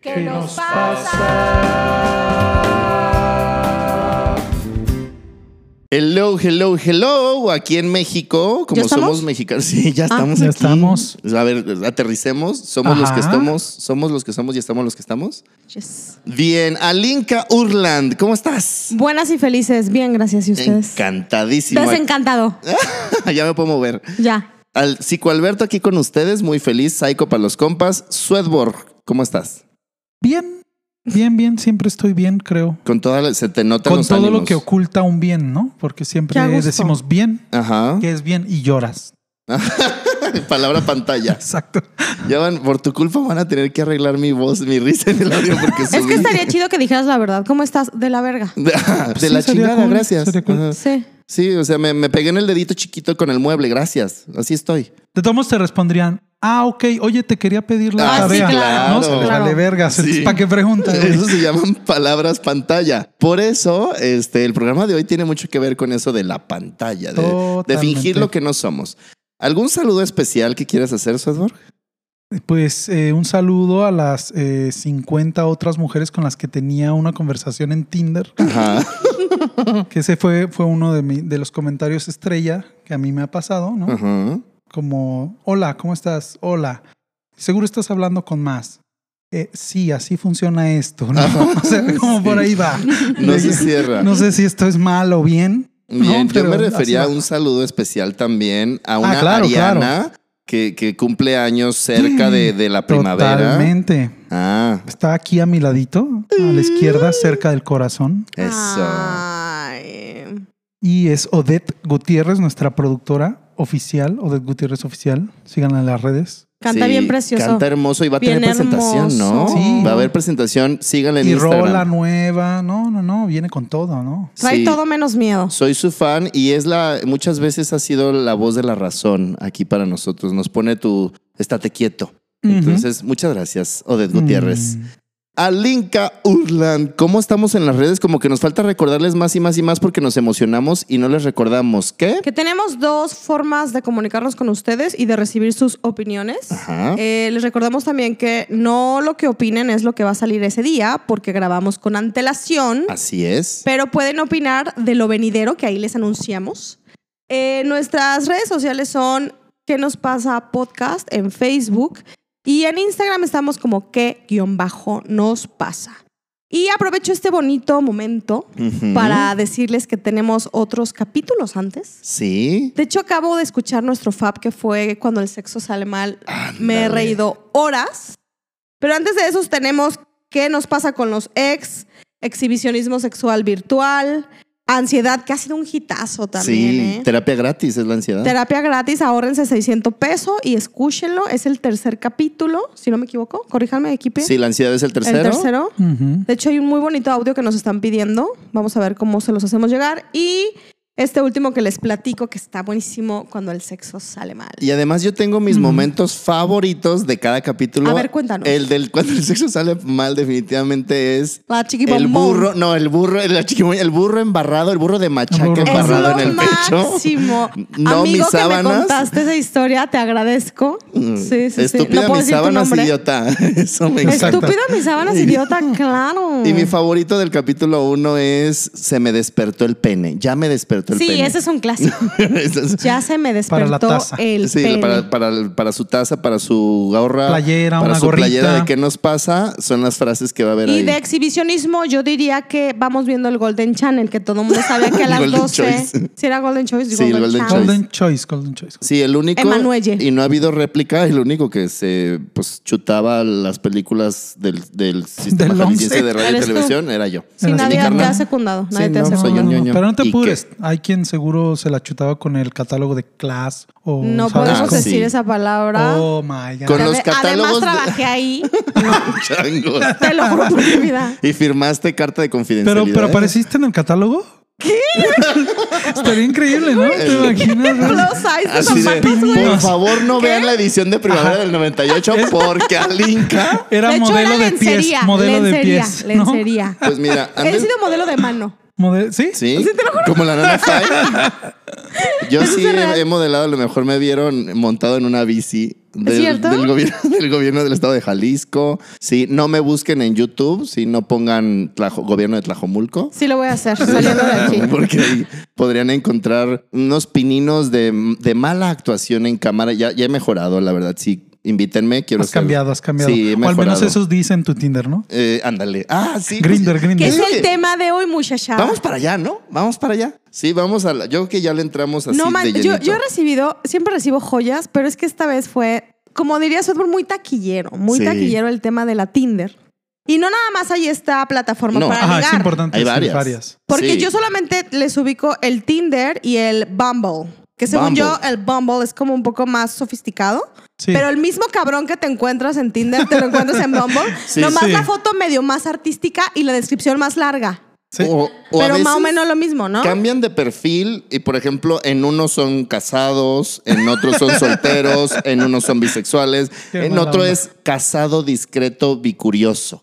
¿Qué, nos pasa? Hello, hello, hello. Aquí en México, como somos mexicanos, sí, ya estamos Ah, ya aquí. estamos. A ver, aterricemos. Somos los que Ajá. estamos, somos los que somos y estamos los que estamos. Yes. Bien, Alinka Urland, ¿cómo estás? Buenas y felices. Bien, gracias. ¿Y ustedes? Encantadísimo. Desencantado. ya me puedo mover. Ya. Al psicoalberto aquí con ustedes, muy feliz, Psycho para los compas. Swedborg, ¿cómo estás? Bien, bien, bien. Siempre estoy bien, creo. Con toda la- se te notan Con los todo lo ánimos. que oculta un bien, ¿no? Porque Qué siempre a gusto. decimos bien, Ajá. que es bien y lloras. Palabra pantalla. Exacto. Ya van, por tu culpa van a tener que arreglar mi voz, mi risa en el audio porque Es subí. que estaría chido que dijeras la verdad. ¿Cómo estás? De la verga. De, Ah, de Sí, sería la chingada, cool, gracias. sería cool. Ajá. Sí. Sí, o sea, me, me pegué en el dedito chiquito con el mueble, gracias. Así estoy. De todos modos te respondrían, ah, ok, oye, te quería pedir la Ah, sí, tarea. claro, no, se les claro. vale vergas. Sí. ¿Para qué preguntas? güey? Eso se llaman palabras pantalla. Por eso, este, el programa de hoy tiene mucho que ver con eso de la pantalla, de, de Totalmente. fingir lo que no somos. ¿Algún saludo especial que quieras hacer, Sosborg? Pues eh, un saludo a las eh, 50 otras mujeres con las que tenía una conversación en Tinder, Ajá. que ese fue, fue uno de, mi- de los comentarios estrella que a mí me ha pasado, ¿no? Ajá. Como, hola, ¿cómo estás? Hola, seguro estás hablando con más. Eh, sí, así funciona esto, ¿no? o sea, como por ahí va. No se cierra. No sé si esto es mal o bien. ¿no? Bien, yo Pero me así refería a va. un saludo especial también a una claro, Ariana claro. que, que cumple años cerca de, de la primavera. Totalmente. Ah, Está aquí a mi ladito, a la Mm. izquierda, cerca del corazón. eso. Ah. Ay. Y es Odette Gutiérrez, nuestra productora oficial. Odette Gutiérrez oficial. Síganla en las redes. Canta Sí, bien precioso. Canta hermoso y va a Bien tener presentación, ¿no? hermoso. Sí. Va a haber presentación, síganle en Y Instagram. rola nueva. No, no, no. Viene con todo, ¿no? Trae Sí. todo menos miedo. Soy su fan y es la muchas veces ha sido la voz de la razón aquí para nosotros. Nos pone tu estate quieto. Entonces, muchas gracias, Odette Gutiérrez. Mm. Alinka Urland, ¿cómo estamos en las redes? Como que nos falta recordarles más y más y más porque nos emocionamos y no les recordamos. ¿Qué? Que tenemos dos formas de comunicarnos con ustedes y de recibir sus opiniones. Ajá. Eh, les recordamos también que no lo que opinen es lo que va a salir ese día, porque grabamos con antelación, Así es. pero pueden opinar de lo venidero que ahí les anunciamos. Eh, nuestras redes sociales son ¿Qué nos pasa podcast en Facebook? Y en Instagram estamos como ¿Qué guión bajo nos pasa? Y aprovecho este bonito momento Ujú. para decirles que tenemos otros capítulos antes. Sí. De hecho, acabo de escuchar nuestro FAP que fue cuando el sexo sale mal. Me he Ándale. reído horas. Pero antes de esos tenemos qué nos pasa con los ex, exhibicionismo sexual virtual, ansiedad, que ha sido un hitazo también. sí, ¿eh? terapia gratis es la ansiedad. Terapia gratis, ahórrense 600 pesos y escúchenlo. Es el tercer capítulo, si no me equivoco. Corríjanme, equipe. Sí, la ansiedad es el tercero. El tercero. Mm. Ujú. De hecho, hay un muy bonito audio que nos están pidiendo. Vamos a ver cómo se los hacemos llegar. Y este último que les platico, que está buenísimo cuando el sexo sale mal. Y además yo tengo mis momentos favoritos de cada capítulo. A ver, cuéntanos. El del cuando el sexo sale mal definitivamente es La chiqui el bombón. burro, no, el burro, el, la chiquimoña, el burro embarrado, el burro de machaca El burro Es embarrado lo en el pecho. máximo. No, Amigo mis que me sábanas. contaste esa historia, te agradezco. Sí, sí, sí. Mm. Estúpida No puedo mis decir tu sábanas, nombre. idiota. Eso me encanta. Exacto. Estúpida mis sábanas, idiota, claro. Y mi favorito del capítulo uno es Se me despertó el pene. Ya me despertó el Sí, pene. ese es un clásico. Eso es- Ya se me Para la despertó taza. el sí, pene. para, para- para su taza, para su ahorra, Playera, para una su playera gorrita. de qué nos pasa, son las frases que va a haber Y ahí. de exhibicionismo, yo diría que vamos viendo el Golden Channel, que todo el mundo sabía que a las Golden 12. Choice. Si era Golden Choice, Sí, el Golden, Golden Channel. Golden Choice, Golden Choice. Sí, el único. Emanuelle. Y no ha habido réplica. El único que se pues, chutaba las películas del, del sistema Del jalisciense once. de radio y Eres tú. televisión era yo. Sí, Era nadie así, te carnal. ha secundado. Nadie Sí, te ha no, soy secundado. un No, ñoño. Pero no te ¿Y qué? apures. Hay quien seguro se la chutaba con el catálogo de Class o. ¿sabes? podemos Ah, Como- sí. decir esa palabra. Oh my God. Con Ade- los catálogos Además, de- trabajé ahí. Changos. Te lo juro por mi vida. Y firmaste carta de confidencialidad. ¿eh? Pero, pero apareciste en el catálogo. ¿Qué? Estaría increíble, ¿no? ¿Te imaginas? güey? Plus size de Así de, zapatos, güey. por favor, no vean la edición de primavera Ajá. del 98 porque Alinka. Era de hecho, modelo era de pies. lencería. Modelo lencería, de pies. ¿no? Lencería. Pues mira, He antes- sido modelo de mano. Mode- ¿Sí? Sí, como la nana Fai. Yo sí he, he modelado, a lo mejor me vieron montado en una bici del, ¿Cierto? del gobierno, del gobierno del estado de Jalisco. Sí, no me busquen en YouTube, si no pongan Tlajo- gobierno de Tlajomulco. Sí lo voy a hacer saliendo de aquí. Porque ahí podrían encontrar unos pininos de, de mala actuación en cámara. Ya, ya he mejorado, la verdad. Sí, invítenme. Quiero Has ser- cambiado, has cambiado. Sí, he o al menos mejorado. esos dicen tu Tinder, ¿no? Eh, ándale. Ah, sí. Grinder, Que Grinder. es Creo que- el tema de hoy, muchacha. Vamos para allá, ¿no? Vamos para allá. Sí, vamos a la- Yo creo que ya le entramos así No de man, yo, llenito. yo he recibido, siempre recibo joyas, pero es que esta vez fue, como diría Sothburn, muy taquillero, muy Sí. taquillero el tema de la Tinder. Y no nada más hay esta plataforma No. para Ajá, es ligar. importante. Hay sí, varias. Porque Sí. yo solamente les ubico el Tinder y el Bumble. Que según Bumble. yo, el Bumble es como un poco más sofisticado. Sí. Pero el mismo cabrón que te encuentras en Tinder, te lo encuentras en Bumble. Sí, nomás sí. la foto medio más artística y la descripción más larga. Sí. O- o a pero más o veces menos lo mismo, ¿no? Cambian de perfil y, por ejemplo, en unos son casados, en otros son solteros, en unos son bisexuales, Qué en mala otro onda. es casado, discreto, bicurioso.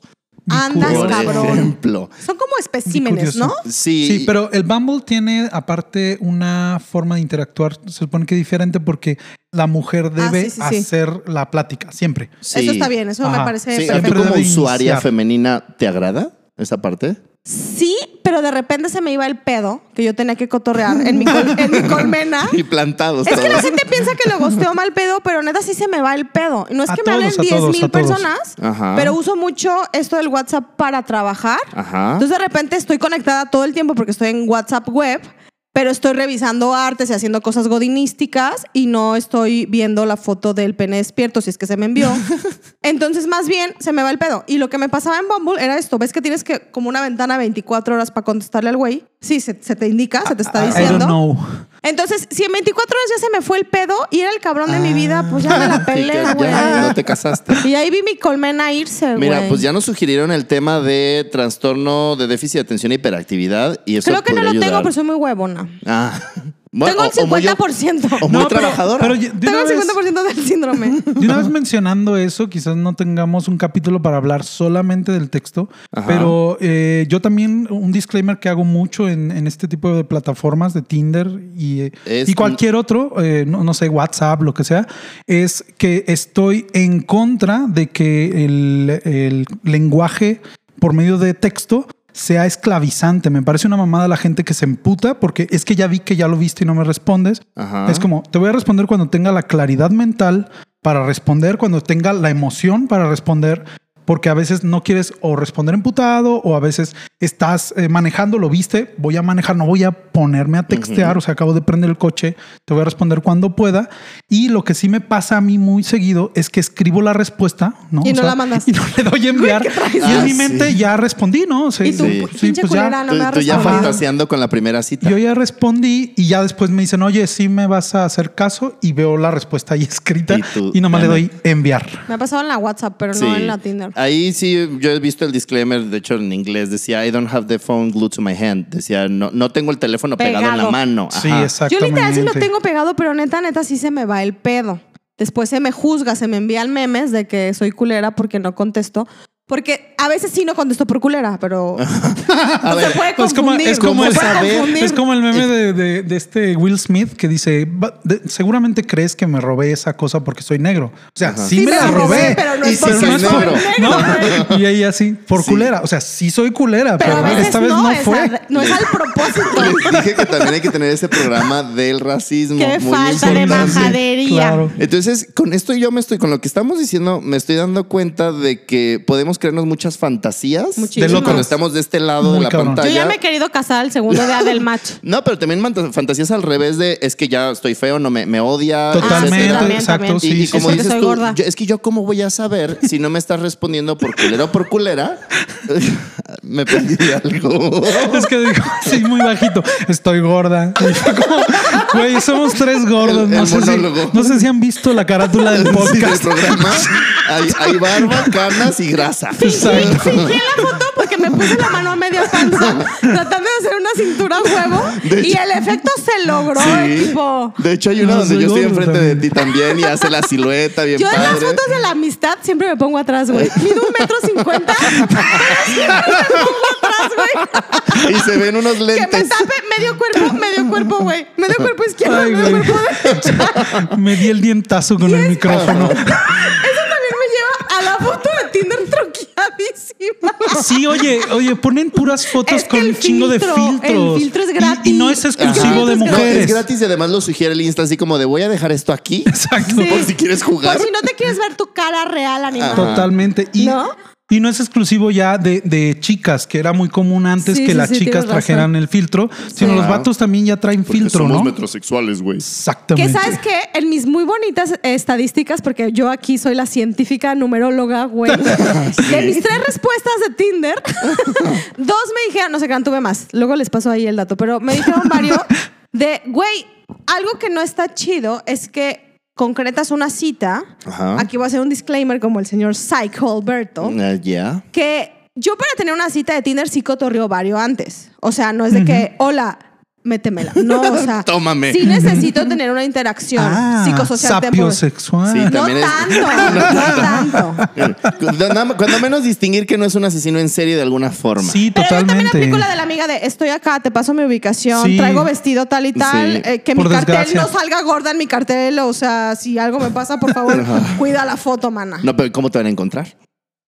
Andas, por cabrón. ejemplo. Son como especímenes, Curioso. ¿no? Sí, Sí, pero el Bumble tiene aparte una forma de interactuar, se supone que diferente porque la mujer debe Ah, sí, sí, sí. hacer la plática siempre. sí. Eso está bien, eso me Ajá. parece Sí, ¿A ti perfecto. Siempre como debe usuaria iniciar. femenina te agrada esa parte? Sí, pero de repente se me iba el pedo que yo tenía que cotorrear en mi, col- en mi colmena. Y plantados ¿Ah? Es que la todos. gente piensa que lo gosteo mal pedo, pero neta sí se me va el pedo. No es A que me hablen todos, a todos, 10 a mil todos. personas, Ajá. pero uso mucho esto del WhatsApp para trabajar. Ajá. Entonces de repente estoy conectada todo el tiempo porque estoy en WhatsApp web, pero estoy revisando artes y haciendo cosas godinísticas y no estoy viendo la foto del pene despierto si es que se me envió. Entonces más bien se me va el pedo. Y lo que me pasaba en Bumble era esto, ves que tienes que como una ventana 24 horas para contestarle al güey. Sí, se, se te indica, se te está Ah, I don't diciendo. know. Entonces, si en 24 horas ya se me fue el pedo y era el cabrón de mi Ah. vida, pues ya me la Sí, que pelé, ya güey. no te casaste. Y ahí vi mi colmena irse, Ah, güey. Mira, pues ya nos sugirieron el tema de trastorno de déficit de atención e hiperactividad y eso Creo que no lo podría tengo, ayudar. pero soy muy huevona. Ah. Bueno, tengo el o- o muy- 50%. o muy trabajadora. Pero ya- de tengo una, el vez, 50% del síndrome. de una vez mencionando eso, quizás no tengamos un capítulo para hablar solamente del texto, Ajá. pero eh, yo también un disclaimer que hago mucho en, en este tipo de plataformas de Tinder y, eh, Es y cualquier otro, eh, no, no sé, WhatsApp, lo que sea, es que estoy en contra de que el, el lenguaje por medio de texto sea esclavizante. Me parece una mamada la gente que se emputa porque es que ya vi que ya lo viste y no me respondes. Ajá. Es como, te voy a responder cuando tenga la claridad mental para responder, cuando tenga la emoción para responder, porque a veces no quieres o responder emputado o a veces estás eh, manejando, lo viste, voy a manejar, no voy a ponerme a textear, o sea, acabo de prender el coche, te voy a responder cuando pueda. Y lo que sí me pasa a mí muy seguido es que escribo la respuesta, ¿no? Y O no sea, la mandas. Y no le doy a enviar. y en Ah, mi sí. mente ya respondí, ¿no? O sea, y tú, sí. pinche pues ya. culera, no tú, me ha tú ya respondido. fantaseando con la primera cita. Yo ya respondí y ya después me dicen, oye, sí me vas a hacer caso y veo la respuesta ahí escrita Y y, tú, nomás le dame. doy enviar. Me ha pasado en la WhatsApp, pero no en la Tinder. Ahí sí, yo he visto el disclaimer, de hecho en inglés decía, I don't have the phone glued to my hand. Decía, no, no tengo el teléfono pegado, en la Pegado. mano. Ajá. Sí, Yo exactamente. literal sí lo tengo pegado, pero neta, neta sí se me va el pedo. Después se me juzga, se me envían memes de que soy culera porque no contesto. Porque a veces sí no contesto por culera, pero A se ver, puede Es Pues como, confundir. es, como se puede el, ¿cómo saber? confundir. es como el meme de, de- de este Will Smith que dice, "Va- de- seguramente crees que me robé esa cosa porque soy negro. O sea, sí, Sí, me la pero robé. pero no Y es sí porque soy soy negro. güey. ¿no? Y ahí así, por Sí. culera. O sea, sí soy culera, Pero pero, a veces esta vez no, no, es fue. al- no es al propósito. Les dije que también hay que tener ese programa del racismo. Qué muy falta de importante. majadería. Ah, Claro. Entonces, con esto yo me estoy, con lo que estamos diciendo, me estoy dando cuenta de que podemos crearnos muchas fantasías Muchísimas. De locos. cuando estamos de este lado de Muy la Yo cabrón. ya pantalla. me he querido casar el segundo día del match. No, pero también manta- fantasías al revés de es que ya estoy feo, no me, me odia. Totalmente, etcétera. también, exacto. también. Y, Sí, y sí, como sí. dices Porque soy tú, gorda. yo- es que yo cómo voy a saber si no me estás respondiendo por culera o por culera. me perdí de algo. Es que dijo así muy bajito, estoy gorda. Y yo como, güey, somos tres gordos. El- el no, sé si, monólogo. no sé si han visto la carátula del Sí, del podcast. programa hay, hay barba, canas y grasa. Exacto. Fingí la foto porque me puse la mano a media panza tratando de hacer una cintura a huevo De y hecho- el efecto se logró. Sí. Tipo, De hecho, hay una No, donde soy yo estoy gordo enfrente de también. ti también y hace la silueta bien yo en las padre. fotos de la amistad siempre me pongo atrás, güey. Mido un metro cincuenta, pero siempre me pongo atrás, güey. Y se ven unos Que me lentes. tape, me medio cuerpo, medio cuerpo, güey. Medio cuerpo izquierdo, Ay, medio güey. cuerpo derecho. Me di el dientazo con el micrófono. Eso también me lleva a la foto de Tinder troqueadísima. Sí, oye, oye, ponen puras fotos Es que con el un chingo de filtro, el filtros. filtro es Y- Y, gratis. no es Ajá. exclusivo de El filtro mujeres. No, es gratis y además lo sugiere el Insta así como de voy a dejar esto aquí. Exacto. Por si quieres jugar. Por si no te quieres ver tu cara real, animal. Ajá. Totalmente. Y ¿No? Y no es exclusivo ya de, de chicas, que era muy común antes Sí, que sí, las sí, chicas tienes razón. trajeran el filtro, sino los Claro. vatos también ya traen filtro, ¿no? metrosexuales, güey. Exactamente. Que sabes que en mis muy bonitas eh, estadísticas, porque yo aquí soy la científica numeróloga, güey. De mis tres respuestas de Tinder, dos me dijeron, no sé qué, tuve más. Luego les paso ahí el dato, pero me dijeron varios de, güey, algo que no está chido es que concretas una cita. Ajá. Aquí voy a hacer un disclaimer como el señor Psycho Alberto Ah, ya. que yo para tener una cita de Tinder sí cotorreo varios antes. O sea, no es de que, hola, métemela. No, o sea, Tómame. Sí necesito tener una interacción Ah, psicosocial temporal. sapiosexual. Sí, No También es- tanto, no tanto. Cuando nada- cuando menos distinguir que no es un asesino en serie de alguna forma. Sí, Pero yo también totalmente. aplico la de la amiga de estoy acá, te paso mi ubicación, Sí. traigo vestido tal y tal, Sí. eh, que Por mi cartel desgracia. no salga gorda en mi cartel, o sea, si algo me pasa, por favor, cuida la foto, mana. No, pero ¿cómo te van a encontrar?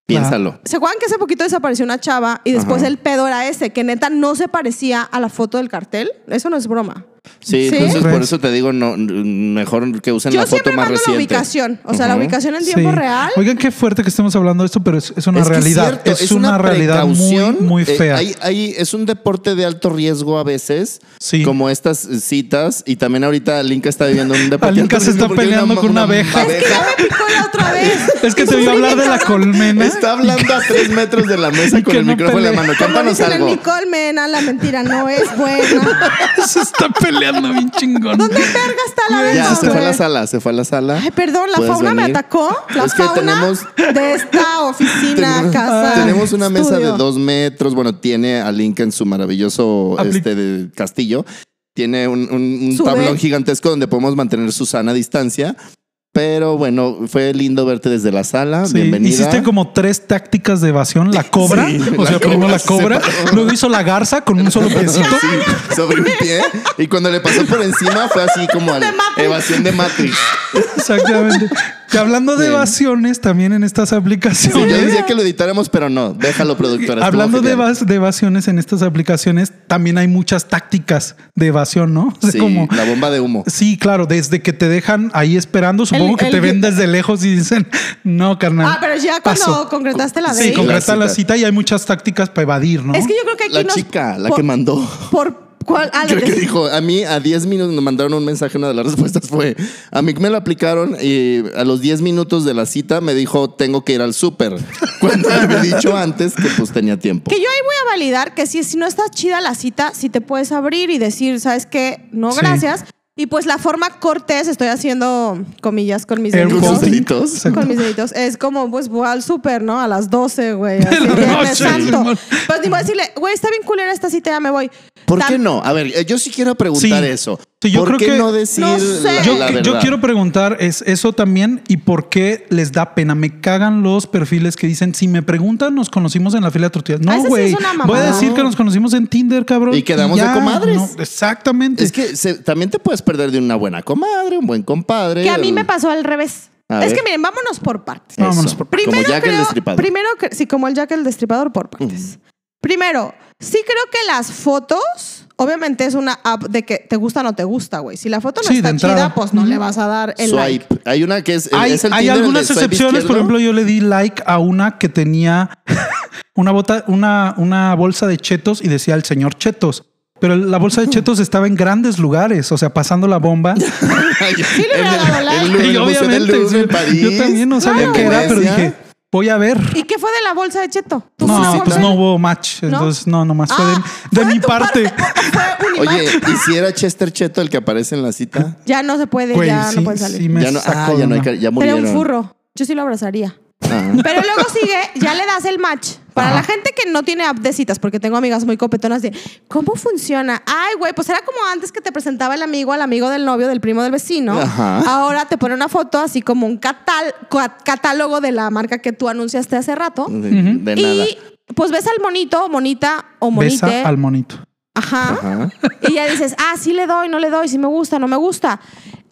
Piénsalo. ¿Se acuerdan que hace poquito desapareció una chava y después Ajá. el pedo era ese, que neta no se parecía a la foto del cartel? Eso no es broma. Sí, Sí. entonces por Friends. eso te digo, no, n- mejor que usen Yo la foto siempre más mando la reciente. ubicación, o sea, la Ujú. ubicación en Sí. tiempo real. Oigan, qué fuerte que estemos hablando de esto, pero es, es una Es que es realidad. cierto, es, una, realidad muy, precaución, muy eh, fea. hay- hay- es un deporte de alto riesgo a veces, Sí. como estas eh, citas. Y también ahorita Linka está viviendo un deporte de Alinka alto se riesgo está porque peleando con una abeja. Es que ya me picó la otra vez. es que te voy a hablar de la colmena. Está hablando a tres metros de la mesa y con que el no micrófono en la pelee. mano. Como Cántanos dicen en algo. mi colmena, la mentira no es buena. Se está peleando bien chingón. ¿Dónde verga está la Ya, abeja, se fue a la güey? sala, se fue a la sala. Ay, perdón, la Puedes fauna me venir. atacó. La Es que fauna tenemos- de esta oficina, casa. Tenemos una mesa de estudio. dos metros. Bueno, tiene a Lincoln en su maravilloso Apli- este, de castillo. Tiene un, un- un Su tablón bed. gigantesco donde podemos mantener su sana distancia. Pero bueno, fue lindo verte desde la sala. Sí, Bienvenida. Hiciste como tres tácticas de evasión. La cobra, Sí, o sea, la primero la cobra, cobra, luego hizo la garza con un solo piecito. Sí, sobre un pie. Y cuando le pasó por encima fue así como la Matrix. evasión de Matrix. Exactamente. Que hablando de Bien. evasiones también en estas Sí, yo aplicaciones. decía que lo editáramos, pero no. Déjalo, productora. estuvo Hablando de, genial. evas- de evasiones en estas aplicaciones, también hay muchas tácticas de evasión, ¿no? O sea, Sí, como- la bomba de humo. sí, claro, desde que te dejan ahí esperando, supongo que el- te ven desde lejos y dicen, no, carnal. Ah, pero ya cuando paso". concretaste la de Sí, con- concreta La la cita. cita y hay muchas tácticas para evadir, ¿no? Es que yo creo que aquí La nos- chica, la por- que mandó. ¿Por cuál? Ah, Creo la que que- dijo, a mí a 10 minutos me mandaron un mensaje, una de las respuestas fue, a mí me lo aplicaron y a los 10 minutos de la cita me dijo, tengo que ir al súper. Cuando me había dicho antes que pues tenía tiempo. Que yo ahí voy a validar que si, si no está chida la cita, si te puedes abrir y decir, ¿sabes qué? No, Sí. gracias. Y pues la forma cortés, estoy haciendo comillas con mis Air Con deditos. sus quoting. deditos. Exacto. Con mis deditos. Es como, pues voy al súper, ¿no? A las 12, güey. así, la Viernes noche, santo. Simón. Pues ni voy a decirle, güey, está bien culera esta cita, ya me voy. ¿Por Tam- qué no? A ver, eh, yo sí quiero preguntar Sí. eso. Sí, yo ¿Por creo qué que- no decir No sé. la, Yo, la yo verdad? quiero preguntar es eso también y por qué les da pena. Me cagan los perfiles que dicen, si me preguntan, nos conocimos en la fila de tortillas. Ah, No, esa sí güey. es una voy a mamada. decir que nos conocimos en Tinder, cabrón. Y quedamos de comadres. exactamente. Es que se- también te puedes perder de una buena comadre, un buen compadre. Que a mí me pasó al revés. A es ver. que miren, vámonos por partes. Eso. Vámonos por- Primero Como Jack creo- el Destripador. Primero, que- sí, como el Jack el Destripador por partes. Primero, sí creo que las fotos, obviamente es una app de que te gusta o no te gusta, güey. Si la foto no Sí, está de chida, entrada. pues no le vas a dar el like. Swipe. Hay una que es, hay es el hay Tinder, el de algunas swipe excepciones. Por izquierdo. ejemplo, yo le di like a una que tenía una, bota, una, una bolsa de chetos y decía el señor chetos. Pero la bolsa de chetos estaba en grandes lugares, o sea, pasando la bomba. Sí le hubiera dado like. El Louvre, Y el Museo del obviamente, Louvre en sí, París. yo también no sabía Claro, qué era, pero Venecia. dije, voy a ver. ¿Y qué fue de la bolsa de Cheto? ¿Tú No, fuiste a pues comprar? no hubo match. Entonces, no, nomás fue de, Ah, de fue mi tu parte. Fue un imán. Oye, ¿y si era Chester Cheto el que aparece en la cita? Ya no se puede, Güey, ya no sí, puede salir. sí me Ya no, ah, sacó ya de no hay onda. car- ya Pero murieron. un furro. Yo sí lo abrazaría. Ah. Pero luego sigue, ya le das el match. Para la gente que no tiene app de citas, porque tengo amigas muy copetonas de ¿cómo funciona? Ay, güey, pues era como antes que te presentaba el amigo al amigo del novio, del primo del vecino. Ajá. Ahora te pone una foto así como un catal- ca- catálogo de la marca que tú anunciaste hace rato. De, de nada. Y pues ves al monito, monita o monite. Besa al monito. Ajá. Ajá. Y ya dices, ah, sí le doy, no le doy, sí me gusta, no me gusta.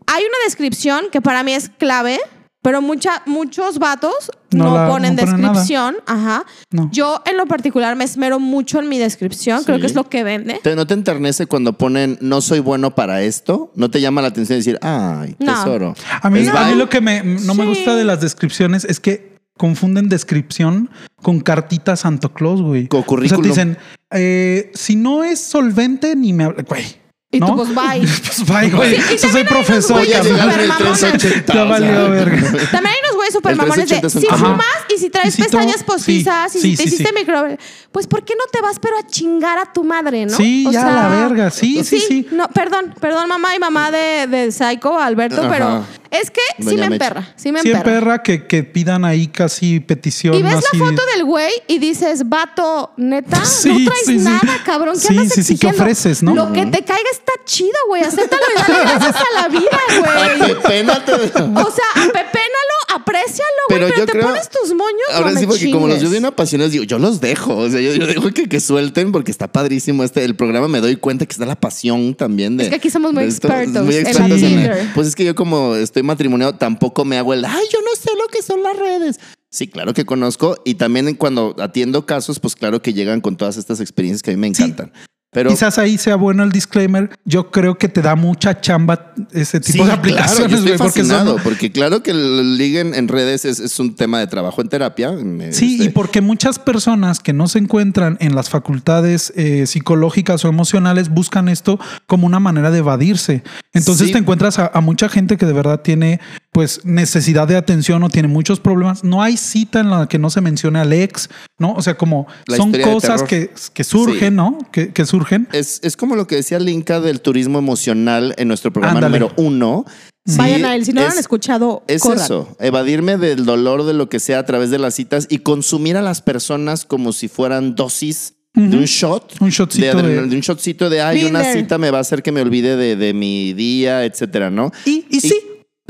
Hay una descripción que para mí es clave, pero mucha, muchos vatos No no, la- ponen no ponen nada. descripción. Ajá. No. Yo en lo particular me esmero mucho en mi descripción, creo Sí. que es lo que vende. ¿Te- ¿No te enternece cuando ponen no soy bueno para esto? ¿No te llama la atención decir, ay, No. tesoro? A mí, Es a mí vago. lo que me- no me Sí. gusta de las descripciones es que confunden descripción con cartita Santo Claus, güey. Con currículum. O sea, te dicen, eh, si no es solvente, ni me hable, güey. Y ¿no? tú, pues, bye. Pues bye, güey. Sí, y también Yo soy hay unos profesor. güeyes cabrón. llegaron el Supermamones. 380, Ya valió o sea. verga. También hay unos güeyes super El mamones de 380 es un si cambio. fumas y si traes Y si to- pestañas postizas sí, y sí, si te sí, hiciste sí. micro, pues ¿por qué no te vas pero a chingar a tu madre, no? Sí, ya, la verga. Sí, sí, sí. No, perdón, perdón mamá y mamá de, de Psycho Alberto, Ajá. pero es que sí Doña me Meche. emperra, sí me Siempre emperra. perra que, que pidan ahí casi petición. Y ves así la de- foto del güey y dices, vato, neta, Sí, no traes sí, sí. nada, cabrón. ¿Qué Sí, andas sí, sí, ¿qué exigiendo? ofreces, no? Lo que te caiga está chido, güey. Acéptalo y dale gracias a la vida, güey. Qué pena te- O sea, apepénalo, aprécialo, güey, Pero pero, yo te creo- pones tus moños. Ahora no sí, me porque como los chingues. yo bien apasionados, digo, yo los dejo. O sea, yo, yo dejo que, que suelten porque está padrísimo este. El programa me doy cuenta que está la pasión también de. Es que aquí somos muy de esto. expertos Muy en la expertos en Tinder. el- Pues es que yo, como estoy matrimoniado, tampoco me hago el. Ay, yo no sé lo que son las redes. Sí, claro que conozco. Y también cuando atiendo casos, pues claro que llegan con todas estas experiencias que a mí me Sí. encantan. Pero. Quizás ahí sea bueno el disclaimer. Yo creo que te da mucha chamba ese tipo de claro, yo aplicaciones, estoy güey, porque son- fascinado, porque claro que el liguen en redes es, es un tema de trabajo en terapia. Me- Sí, este, y porque muchas personas que no se encuentran en las facultades eh, psicológicas o emocionales buscan esto como una manera de evadirse. Entonces Sí. te encuentras a, a mucha gente que de verdad tiene pues necesidad de atención o tiene muchos problemas. No hay cita en la que no se mencione al ex, ¿no? O sea, como La son historia de cosas que, terror. que surgen, Sí. ¿no? Que, que surgen. Es, es como lo que decía Linka del turismo emocional en nuestro programa Ándale. número uno. Sí, Vayan a él, si no lo es- han escuchado, Es corran. eso, evadirme del dolor de lo que sea a través de las citas y consumir a las personas como si fueran dosis de un shot. Un shotcito de, adrenalina, de- de un shotcito de, ay, una Miller. cita me va a hacer que me olvide de, de mi día, etcétera, ¿no? Y, y sí,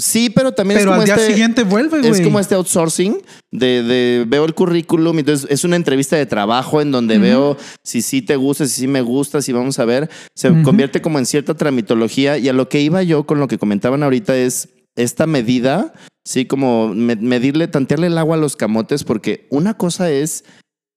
Sí, pero también pero es al como día este- siguiente vuelve, güey. es como este outsourcing de, de veo el currículum, entonces es una entrevista de trabajo en donde veo si sí te gusta, si sí me gusta, si vamos a ver. Se Ujú. convierte como en cierta tramitología y a lo que iba yo con lo que comentaban ahorita es esta medida, sí, como me- medirle, tantearle el agua a los camotes, porque una cosa es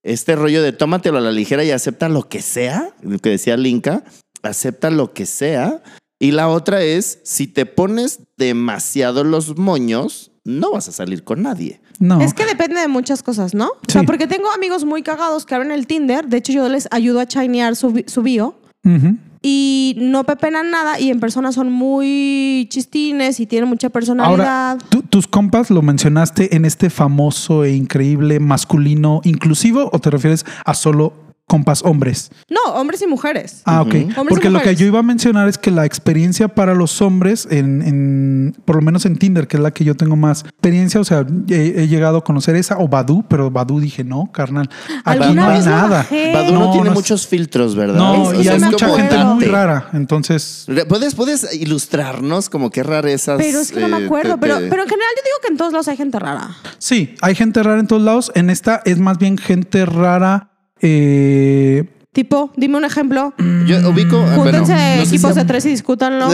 este rollo de tómatelo a la ligera y acepta lo que sea, lo que decía Linka, acepta lo que sea. Y la otra es, si te pones demasiado los moños, no vas a salir con nadie. No. Es que depende de muchas cosas, ¿no? O sea, Sí. porque tengo amigos muy cagados que abren el Tinder. De hecho, yo les ayudo a chinear su, bi- su bio. Ujú. Y no pepenan nada y en persona son muy chistines y tienen mucha personalidad. Ahora, tú- tus compas lo mencionaste en este famoso e increíble masculino inclusivo o te refieres a solo compas hombres? no, hombres y mujeres. Ah, ok. Ujú. Hombres y Porque lo que mujeres. yo iba a mencionar es que la experiencia para los hombres, en, en- por lo menos en Tinder, que es la que yo tengo más experiencia, o sea, he, he llegado a conocer esa o Badu, pero Badu dije, no, carnal, aquí ¿Alguna no hay vez lo nada. bajé? Eh, Badu no, no tiene no es- muchos filtros, ¿verdad? No, Es- y es hay una mucha como gente muy date. rara, entonces... Re- ¿Puedes, ¿Puedes ilustrarnos como qué rarezas? pero es que no me eh, acuerdo. te- pero, te- pero en general yo digo que en todos lados hay gente rara. Sí, hay gente rara en todos lados. En esta es más bien gente rara. Eh, Tipo, dime un ejemplo. Yo ubico... ah, bueno, Júntense no sé si- equipos de tres y discútanlo.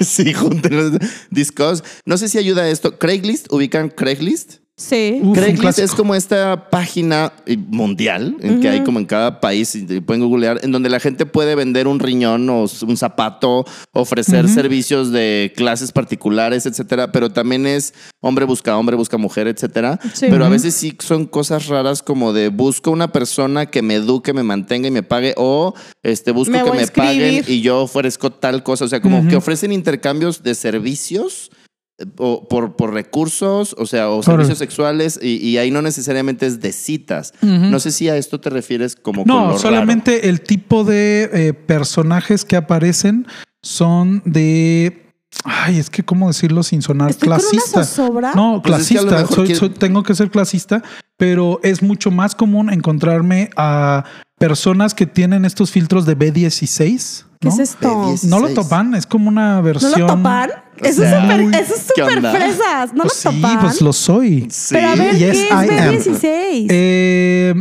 sí, júntenlos. Discuss. No sé si ayuda esto. Craigslist, ubican Craigslist. Sí. Uf, un Craigslist clásico. es como esta página eh, mundial en que hay como en cada país, y te pueden googlear, en donde la gente puede vender un riñón o s- un zapato, ofrecer servicios de clases particulares, etcétera, pero también es hombre busca hombre, busca mujer, etcétera. Sí. Pero a Ujú. veces sí son cosas raras como de busco una persona que me eduque, me mantenga y me pague o este busco Me que voy a me paguen inscribir. y yo ofrezco tal cosa, o sea, como Ujú. que ofrecen intercambios de servicios eh, o por, por recursos, o sea, o Órale. servicios sexuales, y, y ahí no necesariamente es de citas. Ujú. No sé si a esto te refieres como con No, lo solamente el tipo de eh, personajes que aparecen son de. Ay, es que cómo decirlo sin sonar Estoy con una clasista. zozobra. No, Pues es que a lo clasista. mejor Soy- quiere- soy- tengo que ser clasista, pero es mucho más común encontrarme a personas que tienen estos filtros de B16. ¿Qué ¿no? es esto? B16. No lo topan, es como una ¿No versión. lo topan? O Eso sea, es uy, súper, eso es ¿qué súper onda? fresas. No Pues lo sí, topan. pues lo soy. raro. Sí. Pero a ver, Yes, ¿qué I am. es B16? Eh,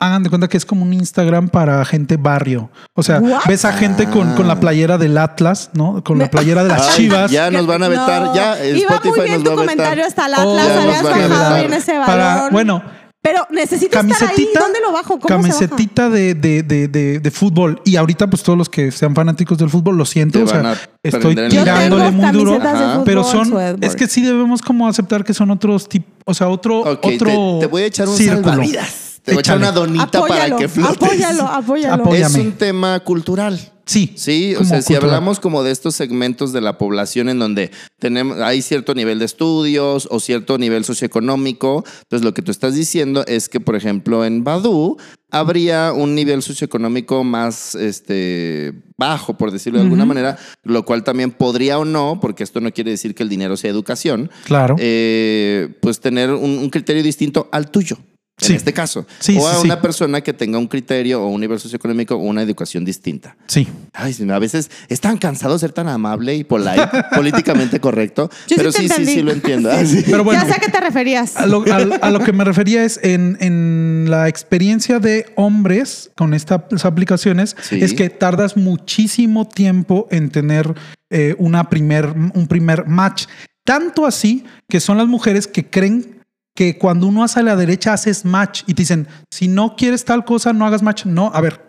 hagan de cuenta que es como un Instagram para gente barrio. O sea, What? ves a gente con, con la playera del Atlas, ¿no? Con la Me- playera de las Ah. Ay, Chivas. Ya nos van a vetar, No. ya Iba muy Spotify bien nos tu va a vetar. comentario hasta el Oh, Atlas, ya habías nos van a bajado vetar. bien ese valor. Para, bueno, Pero necesito estar ahí. camisetita, ¿Dónde lo bajo? ¿Cómo se camisetita de, de, de, de, de fútbol. Y ahorita, pues todos los que sean fanáticos del fútbol, lo siento. Te O sea, van a estoy prender baja? en la tirándole cara. muy duro. camisetas de Ajá. fútbol, Pero son, Swedenborg. es que sí debemos como aceptar que son otros tipos, o sea, otro, Ok, te- otro te, voy a echar un círculo. salvavidas. Te voy a echar Échale. una donita para que flotes. Apóyalo, apóyalo. Apo- Es Apóyame. un tema cultural. Sí, Sí, o como sea, si cultural. hablamos como de estos segmentos de la población en donde tenemos, hay cierto nivel de estudios o cierto nivel socioeconómico, entonces lo que tú estás diciendo es que, por ejemplo, en Badú habría un nivel socioeconómico más este, bajo, por decirlo de alguna manera, lo cual también podría o no, porque esto no quiere decir que el dinero sea educación, claro. eh, pues tener un, un criterio distinto al tuyo. En Sí. este caso. Sí, o a sí, sí. una persona que tenga un criterio o un nivel socioeconómico o una educación distinta. sí. Ay, sí, a veces es tan cansado de ser tan amable y polite, políticamente correcto. Yo sí pero te sí, sí, entendí. sí, lo entiendo. Ah, sí. Pero bueno, Ya sé a qué te referías. a lo, al- a lo que me refería es en, en la experiencia de hombres con estas aplicaciones Sí. es que tardas muchísimo tiempo en tener eh, una primer, un primer match. Tanto así que son las mujeres que creen que cuando uno hace a la derecha haces match y te dicen, si no quieres tal cosa, no hagas match. No, a ver,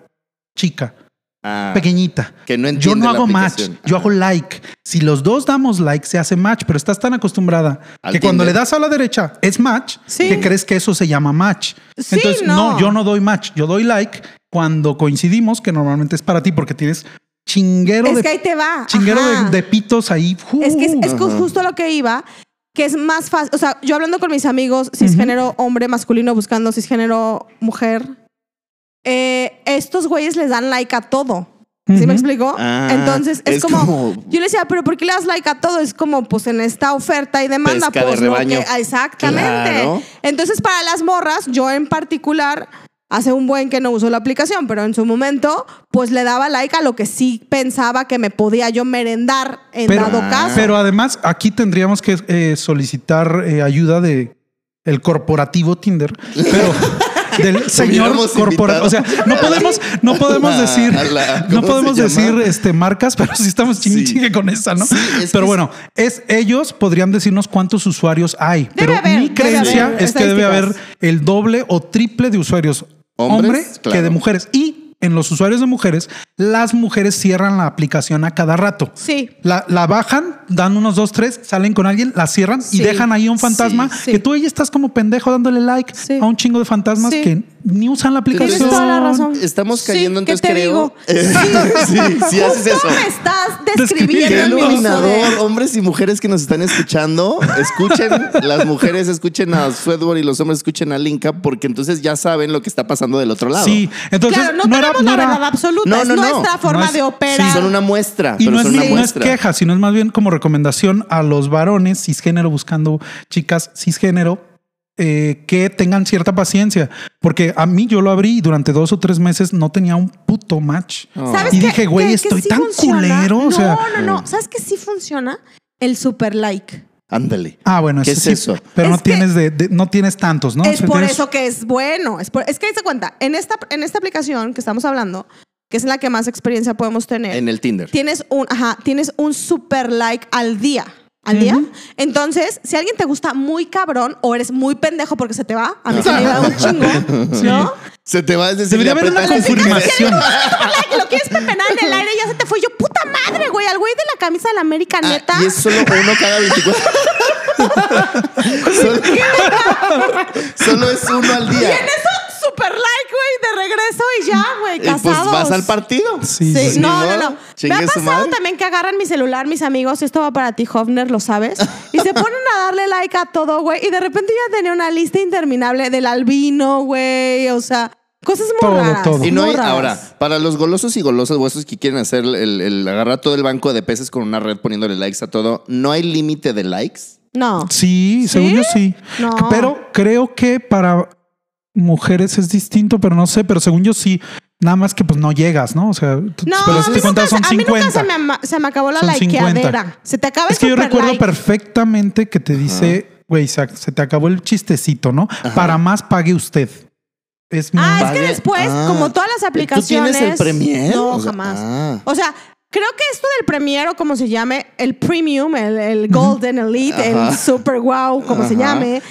chica, Ah, pequeñita. que no Yo no entiende la hago match, aplicación. yo Ajá. hago like. Si los dos damos like, se hace match, pero estás tan acostumbrada Al que cuando le Tinder. das a la derecha es match, Sí. que crees que eso se llama match. Sí, Entonces, no. no. yo no doy match, yo doy like cuando coincidimos, que normalmente es para ti porque tienes chinguero es de que ahí te va. chinguero Ajá. de, de pitos ahí. Es que es, es Ajá. justo lo que iba, que es más fácil. O sea, yo hablando con mis amigos, cisgénero hombre masculino buscando cisgénero mujer, eh, estos güeyes les dan like a todo. ¿Sí me Ujú. explico? Ah, Entonces es, es como, como- Yo le decía, pero ¿por qué le das like a todo? Es como, pues en esta oferta y demanda. Pesca de pues, lo rebaño. que- ah, exactamente. Claro. Entonces, para las morras, yo en particular, hace un buen que no uso la aplicación, pero en su momento, pues le daba like a lo que sí pensaba que me podía yo merendar en Pero, dado Ah. caso. pero además, aquí tendríamos que eh, solicitar eh, ayuda de el corporativo Tinder, pero del señor Hubiéramos corporativo. invitado. O sea, no podemos, no podemos La- decir, la- no ¿cómo podemos se llama? decir este marcas, pero sí estamos chingue Sí. chingue con esa, ¿no? Sí, es pero que bueno, es ellos podrían decirnos cuántos usuarios hay, pero haber, mi debe creencia haber es que debe haber estadísticas. el doble o triple de usuarios Hombres, hombre que claro. de mujeres y en los usuarios de mujeres, las mujeres cierran la aplicación a cada rato. Sí. La, la bajan, dan unos dos, tres, salen con alguien, la cierran Sí. y dejan ahí un fantasma Sí. que tú ahí estás como pendejo dándole like Sí. a un chingo de fantasmas Sí. que ni usan la aplicación. Tienes toda la razón. Estamos cayendo, Sí, ¿qué entonces te creo. digo? sí, sí, haces Justo eso. me estás Qué describiendo Describiendo. mi uso de- iluminador, hombres y mujeres que nos están escuchando, escuchen, las mujeres escuchen a Swedborg y los hombres escuchen a Linka, porque entonces ya saben lo que está pasando del otro lado. Sí, entonces claro, no, no, era, tenemos no la era- verdad absoluta, No, es no, no. nuestra forma No es- de operar. Sí, son una muestra, Y pero no es, son una no es muestra. queja, sino es más bien como recomendación a los varones cisgénero buscando chicas cisgénero eh, que tengan cierta paciencia. Porque a mí yo lo abrí y durante dos o tres meses no tenía un puto match. Oh. ¿Sabes Y qué- dije, güey, qué- qué estoy sí tan funciona? culero. No, O sea, no, no. ¿Sabes qué sí funciona? El super like. Ándale. ah, bueno, ¿Qué eso es sí, eso? Pero Es no que- tienes de, de- no tienes tantos, ¿no? O es sea, por tienes- eso que es bueno. Es, por- es que se cuenta, en esta, en esta aplicación que estamos hablando, que es la que más experiencia podemos tener, En el Tinder. tienes un, ajá, tienes un super like al día. ¿Al día? Entonces, si alguien te gusta muy cabrón o eres muy pendejo porque se te va, a mí se me iba un chingo, Sí. ¿no? Se te va a decir. Debería le haber una aprietas el- confirmación. Super like, lo quieres pepenar en el aire, ya se te fue. Yo, puta madre, güey, al güey de la camisa de la América, Ah, neta. y es solo uno cada 24. solo, solo es uno al día. En eso, super like, güey, de regreso y ya, güey, Y pues casados. vas al partido. Sí, pues, Sí, Ni no, no, modo, no. Me chingue ha su pasado madre. también que agarran mi celular, mis amigos, y esto va para ti, Hofner, lo sabes. Y se ponen a darle like a todo, güey. Y de repente yo ya tenía una lista interminable del albino, güey. O sea, cosas muy Todo, raras. todo. Y no muy hay, raras. ahora, para los golosos y golosas o esos que quieren hacer el, el agarrar todo el banco de peces con una red poniéndole likes a todo, no hay límite de likes. No. Sí, según yo sí. No. Pero creo que para mujeres es distinto, pero no sé, pero según yo sí. Nada más que pues no llegas, ¿no? O sea, tú- No, pero a si mí, te nunca, cuentas son a mí nunca se 50. me, ama- se me acabó la Son likeadera. 50. Se te acaba el Es que yo super recuerdo like. perfectamente que te dice, güey, se, se te acabó el chistecito, ¿no? Para más pague usted. Es muy... Ah, es Pague- que después, Ah. como todas las aplicaciones. ¿Tú tienes el Premier? No, O sea, jamás. ah. O sea, creo que esto del Premier o como se llame, el Premium, el, el Golden Elite, Ajá. el Super Wow, como se Ajá. llame,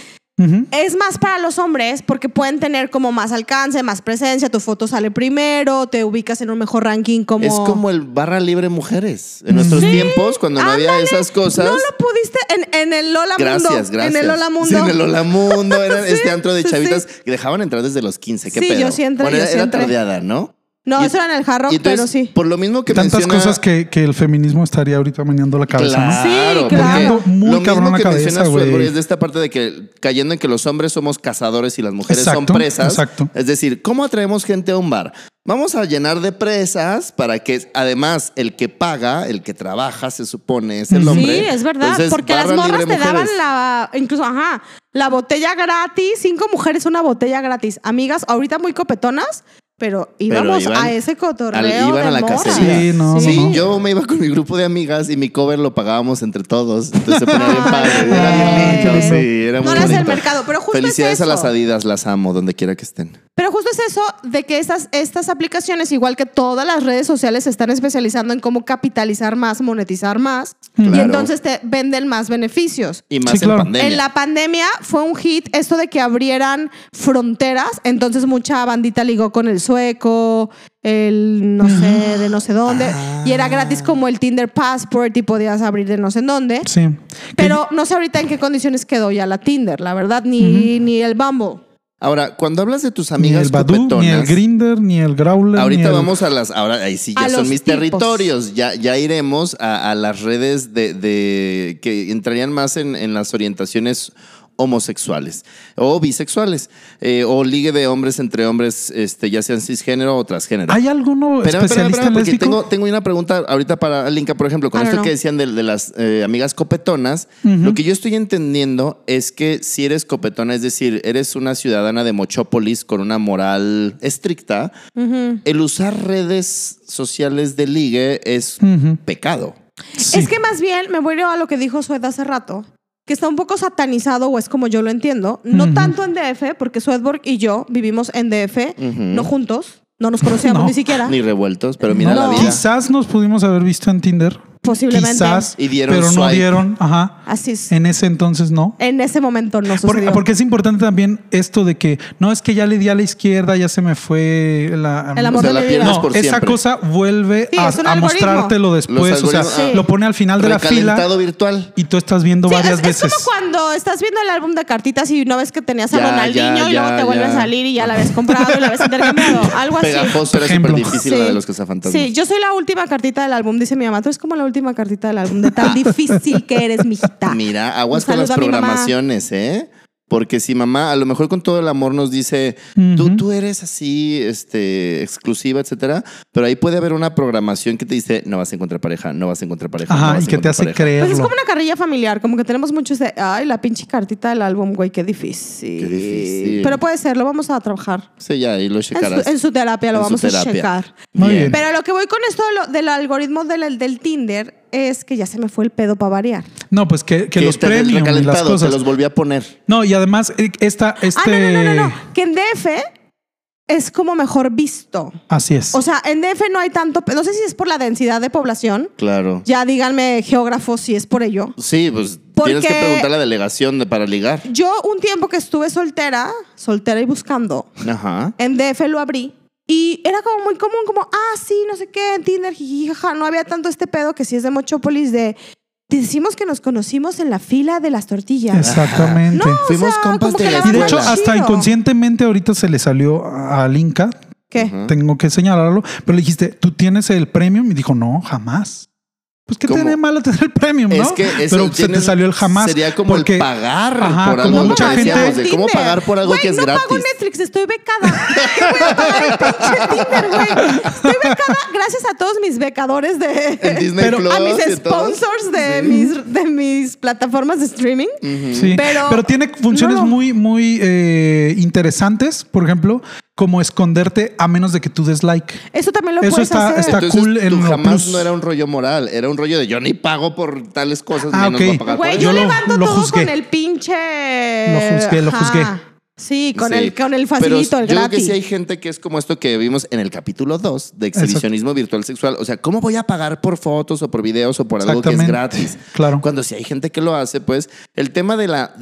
Ujú. es más para los hombres porque pueden tener como más alcance, más presencia, tu foto sale primero, te ubicas en un mejor ranking como... Es como el barra libre mujeres. En nuestros Sí, tiempos, cuando no había ándale. esas cosas. No lo pudiste en, en el Lola Mundo. Gracias, gracias. En el Lola Mundo. Sí, en el Lola Mundo. Era Sí, este antro de sí, chavitas que dejaban entrar desde los 15. ¿Qué Sí, pedo? yo sí entré, Bueno, yo era, sí era entré. tardeada, ¿no? No, Y- eso era en el Hard Rock, y entonces, pero sí. Por lo mismo que Tantas menciona- cosas que, que el feminismo estaría ahorita meneando la cabeza, ¿no? Claro, Sí, porque claro. Poniendo muy lo cabrón mismo la que cabeza, mencionas, güey. Flor, es de esta parte de que cayendo en que los hombres somos cazadores y las mujeres Exacto, son presas. exacto. Es decir, ¿cómo atraemos gente a un bar? Vamos a llenar de presas para que además el que paga, el que trabaja, se supone, es el Sí, hombre. Sí, es verdad, Entonces, porque las barra morras te libre daban mujeres. la, incluso, ajá, la botella gratis, cinco mujeres una botella gratis. Amigas, ahorita muy copetonas, pero íbamos iban a ese cotorreo Al- iban de a la morras. cacería. Sí, no, Sí, no, no. yo me iba con mi grupo de amigas y mi cover lo pagábamos entre todos. Entonces se ponía bien padre. Ay, Era bien qué lindo, lindo. sí, era muy No eras el bonito. mercado, pero justo Felicidades es a eso. las Adidas, las amo, donde quiera que estén. Pero justo es eso de que estas, estas aplicaciones, igual que todas las redes sociales, se están especializando en cómo capitalizar más, monetizar más, y Claro. entonces te venden más beneficios. Y más Sí, en claro. pandemia. En la pandemia fue un hit esto de que abrieran fronteras, entonces mucha bandita ligó con el sueco, el no sé, de no sé dónde, y era gratis como el Tinder Passport y podías abrir de no sé en dónde. Ah. Sí. Pero no sé ahorita en qué condiciones quedó ya la Tinder, la verdad, ni, ni el Bumble. Ahora, cuando hablas de tus ni amigas el Badu, ni el copetonas, Grinder, ni el Growler. ahorita ni el- vamos a las. Ahora, ahí sí, ya A son los mis tipos. territorios. Ya, ya iremos a, a las redes de, de- que entrarían más en, en las orientaciones homosexuales o bisexuales eh, o ligue de hombres entre hombres, este, ya sean cisgénero o transgénero. ¿Hay alguno Espérame, espérame, especialista espérame, porque lésbico? tengo, tengo una pregunta ahorita para Linka, por ejemplo, con I don't esto know. que decían de, de las eh, amigas copetonas. Lo que yo estoy entendiendo es que si eres copetona, es decir, eres una ciudadana de Mochópolis con una moral estricta, el usar redes sociales de ligue es Mm. pecado. Sí. Es que más bien me voy a ir a lo que dijo Sued hace rato, que está un poco satanizado, o es como yo lo entiendo. No tanto en DF, porque Suedborg y yo vivimos en DF, no juntos, no nos conocíamos No. ni siquiera. Ni revueltos, pero mira No, la vida. Quizás nos pudimos haber visto en Tinder. Posiblemente. Quizás. Y dieron pero no swipe. dieron. Ajá. Así es. En ese entonces no. En ese momento no Por- sucedió. porque es importante también esto de que no es que ya le di a la izquierda, ya se me fue la. El amor O sea, de la mi pierdes vida. No, por esa siempre. cosa vuelve Sí, a, es un a algoritmo. mostrarlo Los después. O sea, algoritmos- ah, Sí. lo pone al final de la Recalentado fila virtual. y tú estás viendo Sí, es, varias es veces. como cuando estás viendo el álbum de cartitas y no ves que tenías a Ya, Ronaldinho ya, y luego ya, te vuelve ya. a salir y ya la habías comprado y la habías intercambiado. Algo así. Pegajoso era súper Ejemplo. difícil la de los cazafantasmas. Sí, yo soy la última cartita del álbum, dice mi mamá. Tú eres como la última cartita del álbum, de tan difícil que eres, mijita. Mira, aguas Un con las saludo a mi mamá. programaciones, ¿eh? Porque si mamá, a lo mejor con todo el amor nos dice, tú, Ujú. tú eres así, este, exclusiva, etcétera, pero ahí puede haber una programación que te dice, no vas a encontrar pareja, no vas a encontrar pareja. no Ajá, y vas que a te encontrar hace pareja". creerlo. Pues es como una carrilla familiar, como que tenemos muchos de, ay, la pinche cartita del álbum, güey, qué difícil. Qué difícil. Pero puede ser, lo vamos a trabajar. Sí, ya, y lo En checarás. su, en su terapia lo En su vamos terapia. a checar. Muy Bien. bien. Pero lo que voy con esto de lo- del algoritmo del, del Tinder es que ya se me fue el pedo para variar. No, pues que, que Que los te- el premios y las recalentado, cosas. Te los volví a poner. No, y además, eh, esta. Este... Ah, no, no, no, no, no. Que en DF es como mejor visto. Así es. O sea, en DF no hay tanto, pe- no sé si es por la densidad de población. Claro. Ya díganme geógrafos si es por ello. Sí, pues tienes Porque- que preguntar a la delegación de, para ligar. Yo un tiempo que estuve soltera, soltera y buscando, Ajá. en DF lo abrí y era como muy común, como, ah, sí, no sé qué, en Tinder, jiji, jaja. No había tanto este pedo que si es de Mochópolis, de te decimos que nos conocimos en la fila de las tortillas. Exactamente. No, Fuimos o sea, compas como de que la la Y de banda hecho, chido. hasta inconscientemente ahorita se le salió a- al Inca, ¿Qué? tengo que señalarlo, pero le dijiste, ¿tú tienes el premium? Y dijo, no, jamás. Pues que ¿Cómo? tiene de malo tener el premium, ¿no? Es que eso pero se te tienes- salió el jamás. Sería como porque- el pagar Ajá, por como algo. lo mucha que gente- decíamos, de ¿Cómo Tinder. pagar por algo Güey, que es no gratis? pago Netflix, estoy becada. ¿Qué voy a pagar el pinche Tinder, güey? Estoy becada gracias a todos mis becadores de... En Disney Pero- Plus a ah, mis y todo. sponsors de, mis, de mis plataformas de streaming. Sí, Pero- pero, tiene funciones no. muy, muy eh, interesantes, por ejemplo, como esconderte a menos de que tú des like. Eso también lo Eso puedes está- hacer. está- Entonces, cool en tú lo jamás plus. no era un rollo moral, era un rollo de yo ni pago por tales cosas, Ah, menos ok. voy a pagar por Güey, ello". yo lo- levanto lo todo juzgué. con el pinche. Lo juzgué, lo juzgué. Sí, con Sí. el, con el facilito, Pero el yo creo gratis. que sí hay gente que es como esto que vimos en el capítulo 2 de exhibicionismo virtual sexual. O sea, ¿cómo voy a pagar por fotos o por videos o por algo que es gratis? Claro. Cuando si hay gente que lo hace, pues el tema de la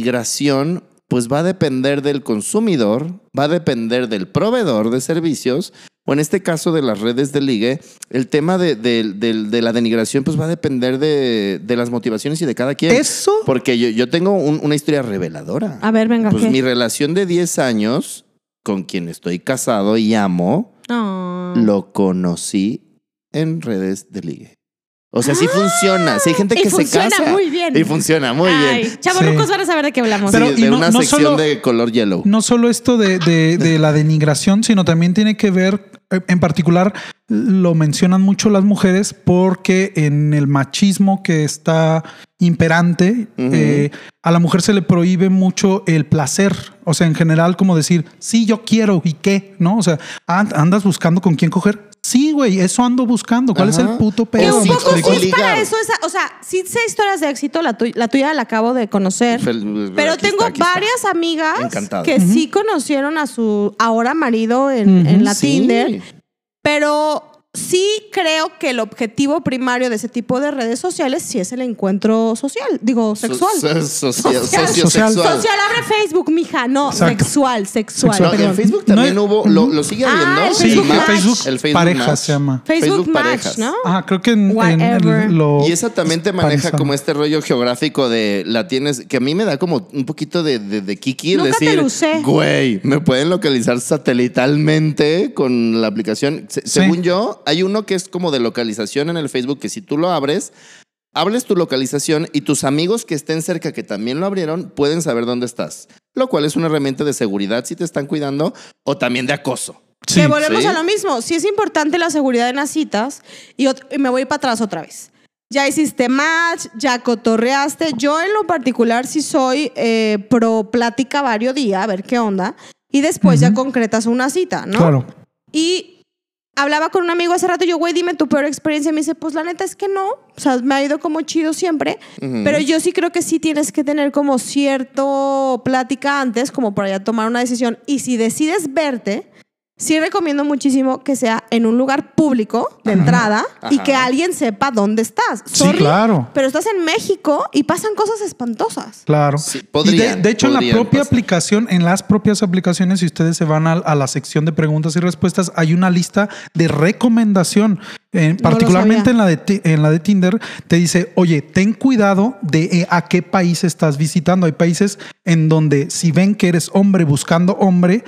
denigración, pues va a depender del consumidor, va a depender del proveedor de servicios, o en este caso de las redes de ligue, el tema de, de- de- de la denigración, pues va a depender de, de las motivaciones y de cada quien. Eso. Porque yo, yo tengo un- una historia reveladora. A ver, venga, Pues ¿qué? mi relación de 10 años, con quien estoy casado y amo, No. lo conocí en redes de ligue. O sea, sí funciona. Sí hay gente Y que se funciona casa. muy bien. Y funciona muy bien. Ay, chavorrucos Sí. van a saber de qué hablamos. Pero- Sí, y de no- una no sección solo- de color yellow. No solo esto de, de- de la denigración, sino también tiene que ver, eh, en particular, lo mencionan mucho las mujeres porque en el machismo que está imperante, Ujú. eh, a la mujer se le prohíbe mucho el placer. O sea, en general, como decir, sí, yo quiero y qué, ¿no? O sea, "An- andas buscando con quién coger. Sí, güey, eso ando buscando. ¿Cuál es Ajá. el puto Que Que pedo? un sí, ¿Me poco sí explico? es para ligar. eso. esa- o sea, sí sé historias de éxito, la, tu- la tuya la acabo de conocer. Fel- eh, Pero aquí tengo está, aquí está. varias amigas Encantado. que sí conocieron a su ahora marido en, Ujú. en la Sí. Tinder, pero sí creo que el objetivo primario de ese tipo de redes sociales sí es el encuentro social, digo, So- sexual. so- socia- Social. sociosexual. social, abre Facebook, mija, no, Exacto. sexual, sexual. No, en perdón. Facebook No, también eh, hubo. Lo, lo sigue Ah, habiendo? el El Facebook Match, Facebook el Parejas Match. se llama. Facebook Match, Parejas. ¿no? Ah, creo que en, en el- Whatever. lo. Y esa también te maneja Panza. como este rollo geográfico de la tienes, que a mí me da como un poquito de, de, de kiki el Nunca te decir, lucé. güey, me pueden localizar satelitalmente con la aplicación. Se- Según yo, hay uno que es como de localización en el Facebook que si tú lo abres, hables tu localización y tus amigos que estén cerca que también lo abrieron pueden saber dónde estás, lo cual es una herramienta de seguridad si te están cuidando o también de acoso. Sí. que volvemos sí. a lo mismo. Sí es importante la seguridad en las citas y, ot- y me voy para atrás otra vez. Ya hiciste match, ya cotorreaste. Yo en lo particular sí soy eh, pro plática varios días, a ver qué onda. Y después ya Ujú. concretas una cita, ¿no? Claro. Y hablaba con un amigo hace rato, yo, güey, dime tu peor experiencia. Y me dice, pues la neta es que no. O sea, me ha ido como chido siempre. Ujú. Pero yo sí creo que sí tienes que tener como cierto plática antes, como para ya tomar una decisión. Y si decides verte, sí recomiendo muchísimo que sea en un lugar público de entrada y Ajá. que alguien sepa dónde estás. Sí, Sorry, claro. Pero estás en México y pasan cosas espantosas. Claro. Y Sí, de- de, podrían, hecho, en la podrían propia pasar. aplicación, en las propias aplicaciones, si ustedes se van al- a, la sección de preguntas y respuestas, hay una lista de recomendación. En- lo particularmente sabía. en la, de, Ti- en la de Tinder, te dice, oye, ten cuidado de eh, a qué país estás visitando. Hay países en donde si ven que eres hombre buscando hombre,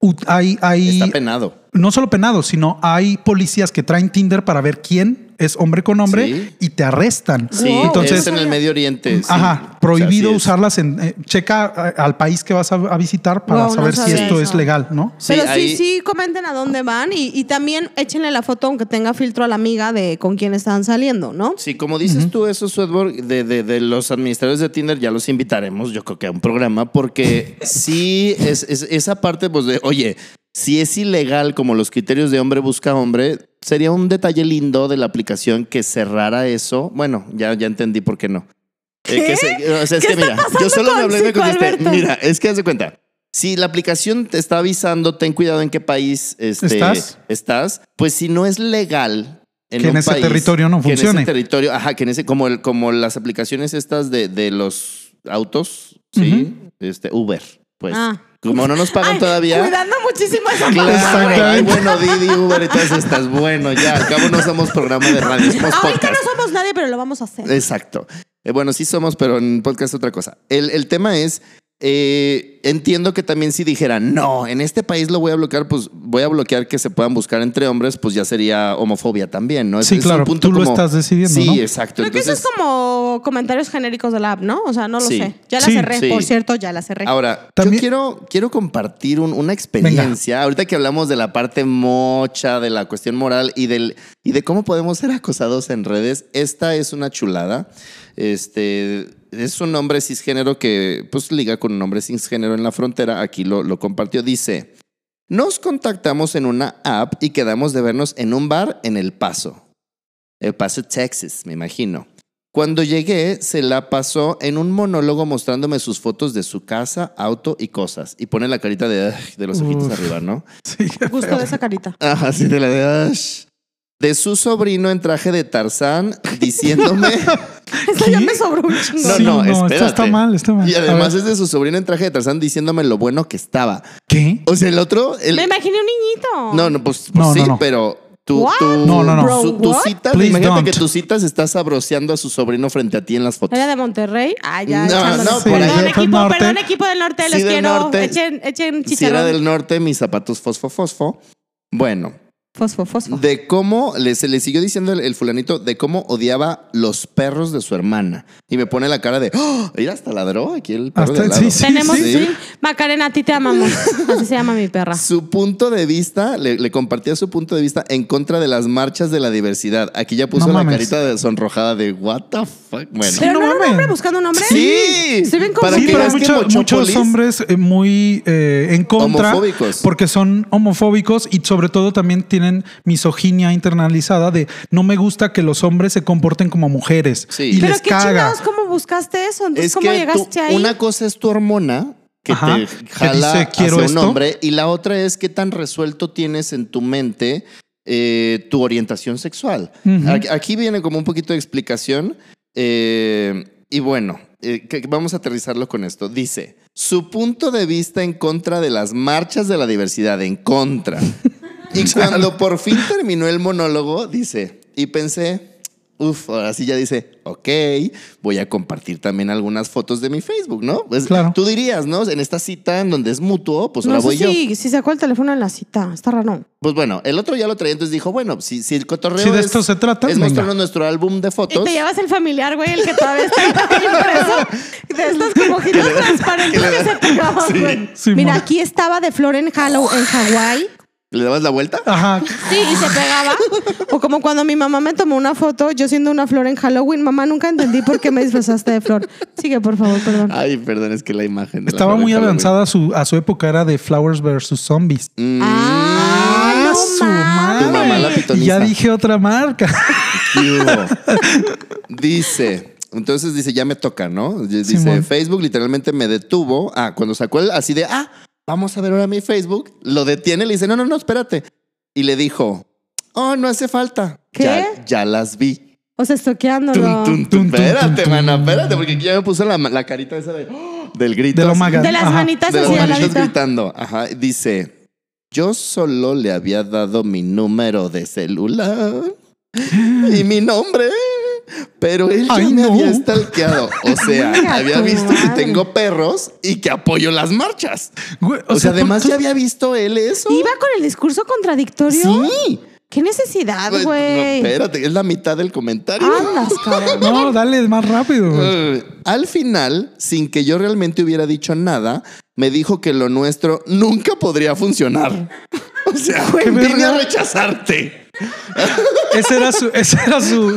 u- hay, hay Está penado. no solo penados, sino hay policías que traen Tinder para ver quién es hombre con hombre Sí. y te arrestan. Sí, Wow. Entonces- es en el Medio Oriente. sí. O Ajá, sea, prohibido sí es. usarlas en. eh, checa eh, al país que vas a, a visitar para Wow, no saber si sabía esto eso. es legal, ¿no? Sí, Pero ahí- sí, sí, comenten a dónde van y, y también échenle la foto, aunque tenga filtro a la amiga de con quién están saliendo, ¿no? Sí, como dices tú, eso, Swedborg, de, de, de los administradores de Tinder, ya los invitaremos, yo creo que a un programa, porque sí, es, es- esa parte, pues de, oye, si es ilegal como los criterios de hombre busca hombre, sería un detalle lindo de la aplicación que cerrara eso. Bueno, ya, ya entendí por qué no. Eh, ¿Qué? que se- o sea, es ¿Qué que está mira, yo pasando solo me hablé y me consigo, contesté. Alberto? Mira, es que haz de cuenta. Si la aplicación te está avisando, ten cuidado en qué país este, Estás. estás, pues si no es legal en Que en un ese país, territorio no que en ese funcione. territorio, ajá, que en ese, como, el, como las aplicaciones estas de, de los autos, ¿sí? Este, Uber, pues. Ah. Como no nos pagan Ay, todavía. Cuidando muchísimo esa Claro, ay, Exactamente. bueno, Didi, Uber y todas estas. Bueno, ya, al cabo no somos programa de radio, somos Ahorita podcast. no somos nadie, pero lo vamos a hacer. Exacto. Eh, bueno, sí somos, pero en podcast otra cosa. El, el tema es, eh, entiendo que también si dijera, no, en este país lo voy a bloquear, pues voy a bloquear que se puedan buscar entre hombres, pues ya sería homofobia también, ¿no? Sí, claro, tú lo estás decidiendo, Sí, ¿no? exacto. Creo que Entonces, eso es como comentarios genéricos de la app, ¿no? O sea, no lo Sí. sé. Ya la Sí. cerré, Sí. por cierto, ya la cerré. Ahora, yo También- quiero, quiero compartir un- una experiencia. Ahorita que hablamos de la parte mocha, de la cuestión moral y, del, y de cómo podemos ser acosados en redes, esta es una chulada. Este, es un hombre cisgénero que pues liga con un hombre cisgénero en la frontera. Aquí lo, lo compartió. Dice, nos contactamos en una app y quedamos de vernos en un bar en El Paso. El Paso, Texas, me imagino. Cuando llegué, se la pasó en un monólogo mostrándome sus fotos de su casa, auto y cosas. Y pone la carita de, "Ay", de los ojitos Uf. arriba, ¿no? Sí, qué Gusto feo. de esa carita. Ajá, así de la de "Ash". De su sobrino en traje de Tarzán, diciéndome. Esto ya ¿Qué? me sobró un chingo. No, Sí, no, esto está espérate. mal, está mal. y además A ver, es de su sobrino en traje de Tarzán diciéndome lo bueno que estaba. ¿Qué? O sea, el otro. el- Me imaginé un niñito. No, no, pues, pues No, no, sí, no. pero tú, What? tú- No, no, no. Bro, su- tu what? cita, Please imagínate don't. que tu cita se está sabroseando a su sobrino frente a ti en las fotos. Era de Monterrey. Ah, ya. No, echándole- no, por perdón, ahí. equipo, Del norte. perdón, equipo del norte, los Sí, del quiero. norte. Echen, echen Si era chicharrón. del norte, mis zapatos fosfo, fosfo. Bueno, Fosfo, fosfo. de cómo le, se le siguió diciendo el, el fulanito de cómo odiaba los perros de su hermana. Y me pone la cara de, ¡Oh! Mira, hasta ladró aquí el Hasta- perro de al lado". sí, sí. Tenemos, sí. sí. Macarena, a ti te amamos. Así se llama mi perra. Su punto de vista, le, le compartía su punto de vista en contra de las marchas de la diversidad. Aquí ya puso No la mames. carita de sonrojada de, ¿What the fuck? Bueno. Pero no no, era un mames. hombre buscando un hombre. Sí. Estoy bien Para Sí, que confundida. pero hay veas que mucha- Mochópolis- muchos hombres eh, muy eh, en contra Homofóbicos. porque son homofóbicos y sobre todo también tienen misoginia internalizada de no me gusta que los hombres se comporten como mujeres Sí. y Pero les qué caga. chingados, ¿cómo buscaste eso? Entonces, es ¿cómo que llegaste tú- ahí? una cosa es tu hormona que Ajá, te que jala dice, "Quiero hacia un esto". hombre y la otra es qué tan resuelto tienes en tu mente eh, tu orientación sexual. Ujú. Aquí- Aquí viene como un poquito de explicación eh, y bueno, eh, que- que vamos a aterrizarlo con esto. Dice, su punto de vista en contra de las marchas de la diversidad, en contra. Y cuando por fin terminó el monólogo, dice, y pensé, uff, ahora sí ya dice, ok, voy a compartir también algunas fotos de mi Facebook, ¿no? Pues Claro. tú dirías, ¿no? En esta cita en donde es mutuo, pues no ahora sé voy yo. si, si sacó el teléfono en la cita. Está raro. Pues bueno, el otro ya lo traía, entonces dijo, bueno, si, si el cotorreo Si de es, esto se trata, es venga. mostrarnos nuestro álbum de Y fotos. te llevas el familiar, güey, el que todavía está impreso. De estos como giros transparentes que se pegaban, güey. Sí, Mira, ma. aquí estaba de flor en Halo, en Hawái. ¿Le dabas la vuelta? Ajá. Sí, y se pegaba. O como cuando mi mamá me tomó una foto, yo siendo una flor en Halloween. Mamá, nunca entendí por qué me disfrazaste de flor. Sigue, por favor, perdón. Ay, perdón, es que la imagen. de la Estaba flor de muy Halloween. avanzada a su, a su época, era de Flowers versus Zombies. Mm, Ah, no su mames. Tu mamá la Y pitoniza. ya dije otra marca. ¿qué hubo? dice, entonces dice, ya me toca, ¿no? Dice, Simón. Facebook literalmente me detuvo. Ah, cuando sacó el así de, ah, vamos a ver ahora mi Facebook, lo detiene, le dice, no, no, no, espérate. Y le dijo, oh, no hace falta. ¿Qué? Ya, ya las vi. O sea, estoqueándolo. Tun, tun, Tun, tun. tun, espérate, tun, mana, tun. espérate, porque aquí ya me puso la, la carita esa de, del grito. De lo así. maga. De las Ajá. manitas De las así a la manitas vista. gritando. Ajá. Dice: Yo solo le había dado mi número de celular y mi nombre. Pero él ya Ay, me no. había stalkeado. O sea, Mira había tu visto que madre. tengo perros y que apoyo las marchas. Güey, O, sea, tú- además tú- ya había visto él eso. ¿Iba con el discurso contradictorio? Sí. ¿Qué necesidad, Pues, no, güey? espérate, es la mitad del comentario. Andas, cabrón. No, dale más rápido. güey. Eh, al final, sin que yo realmente hubiera dicho nada, me dijo que lo nuestro nunca podría funcionar. O sea, güey, Qué vine verga. a rechazarte. Ese era su, ese era su,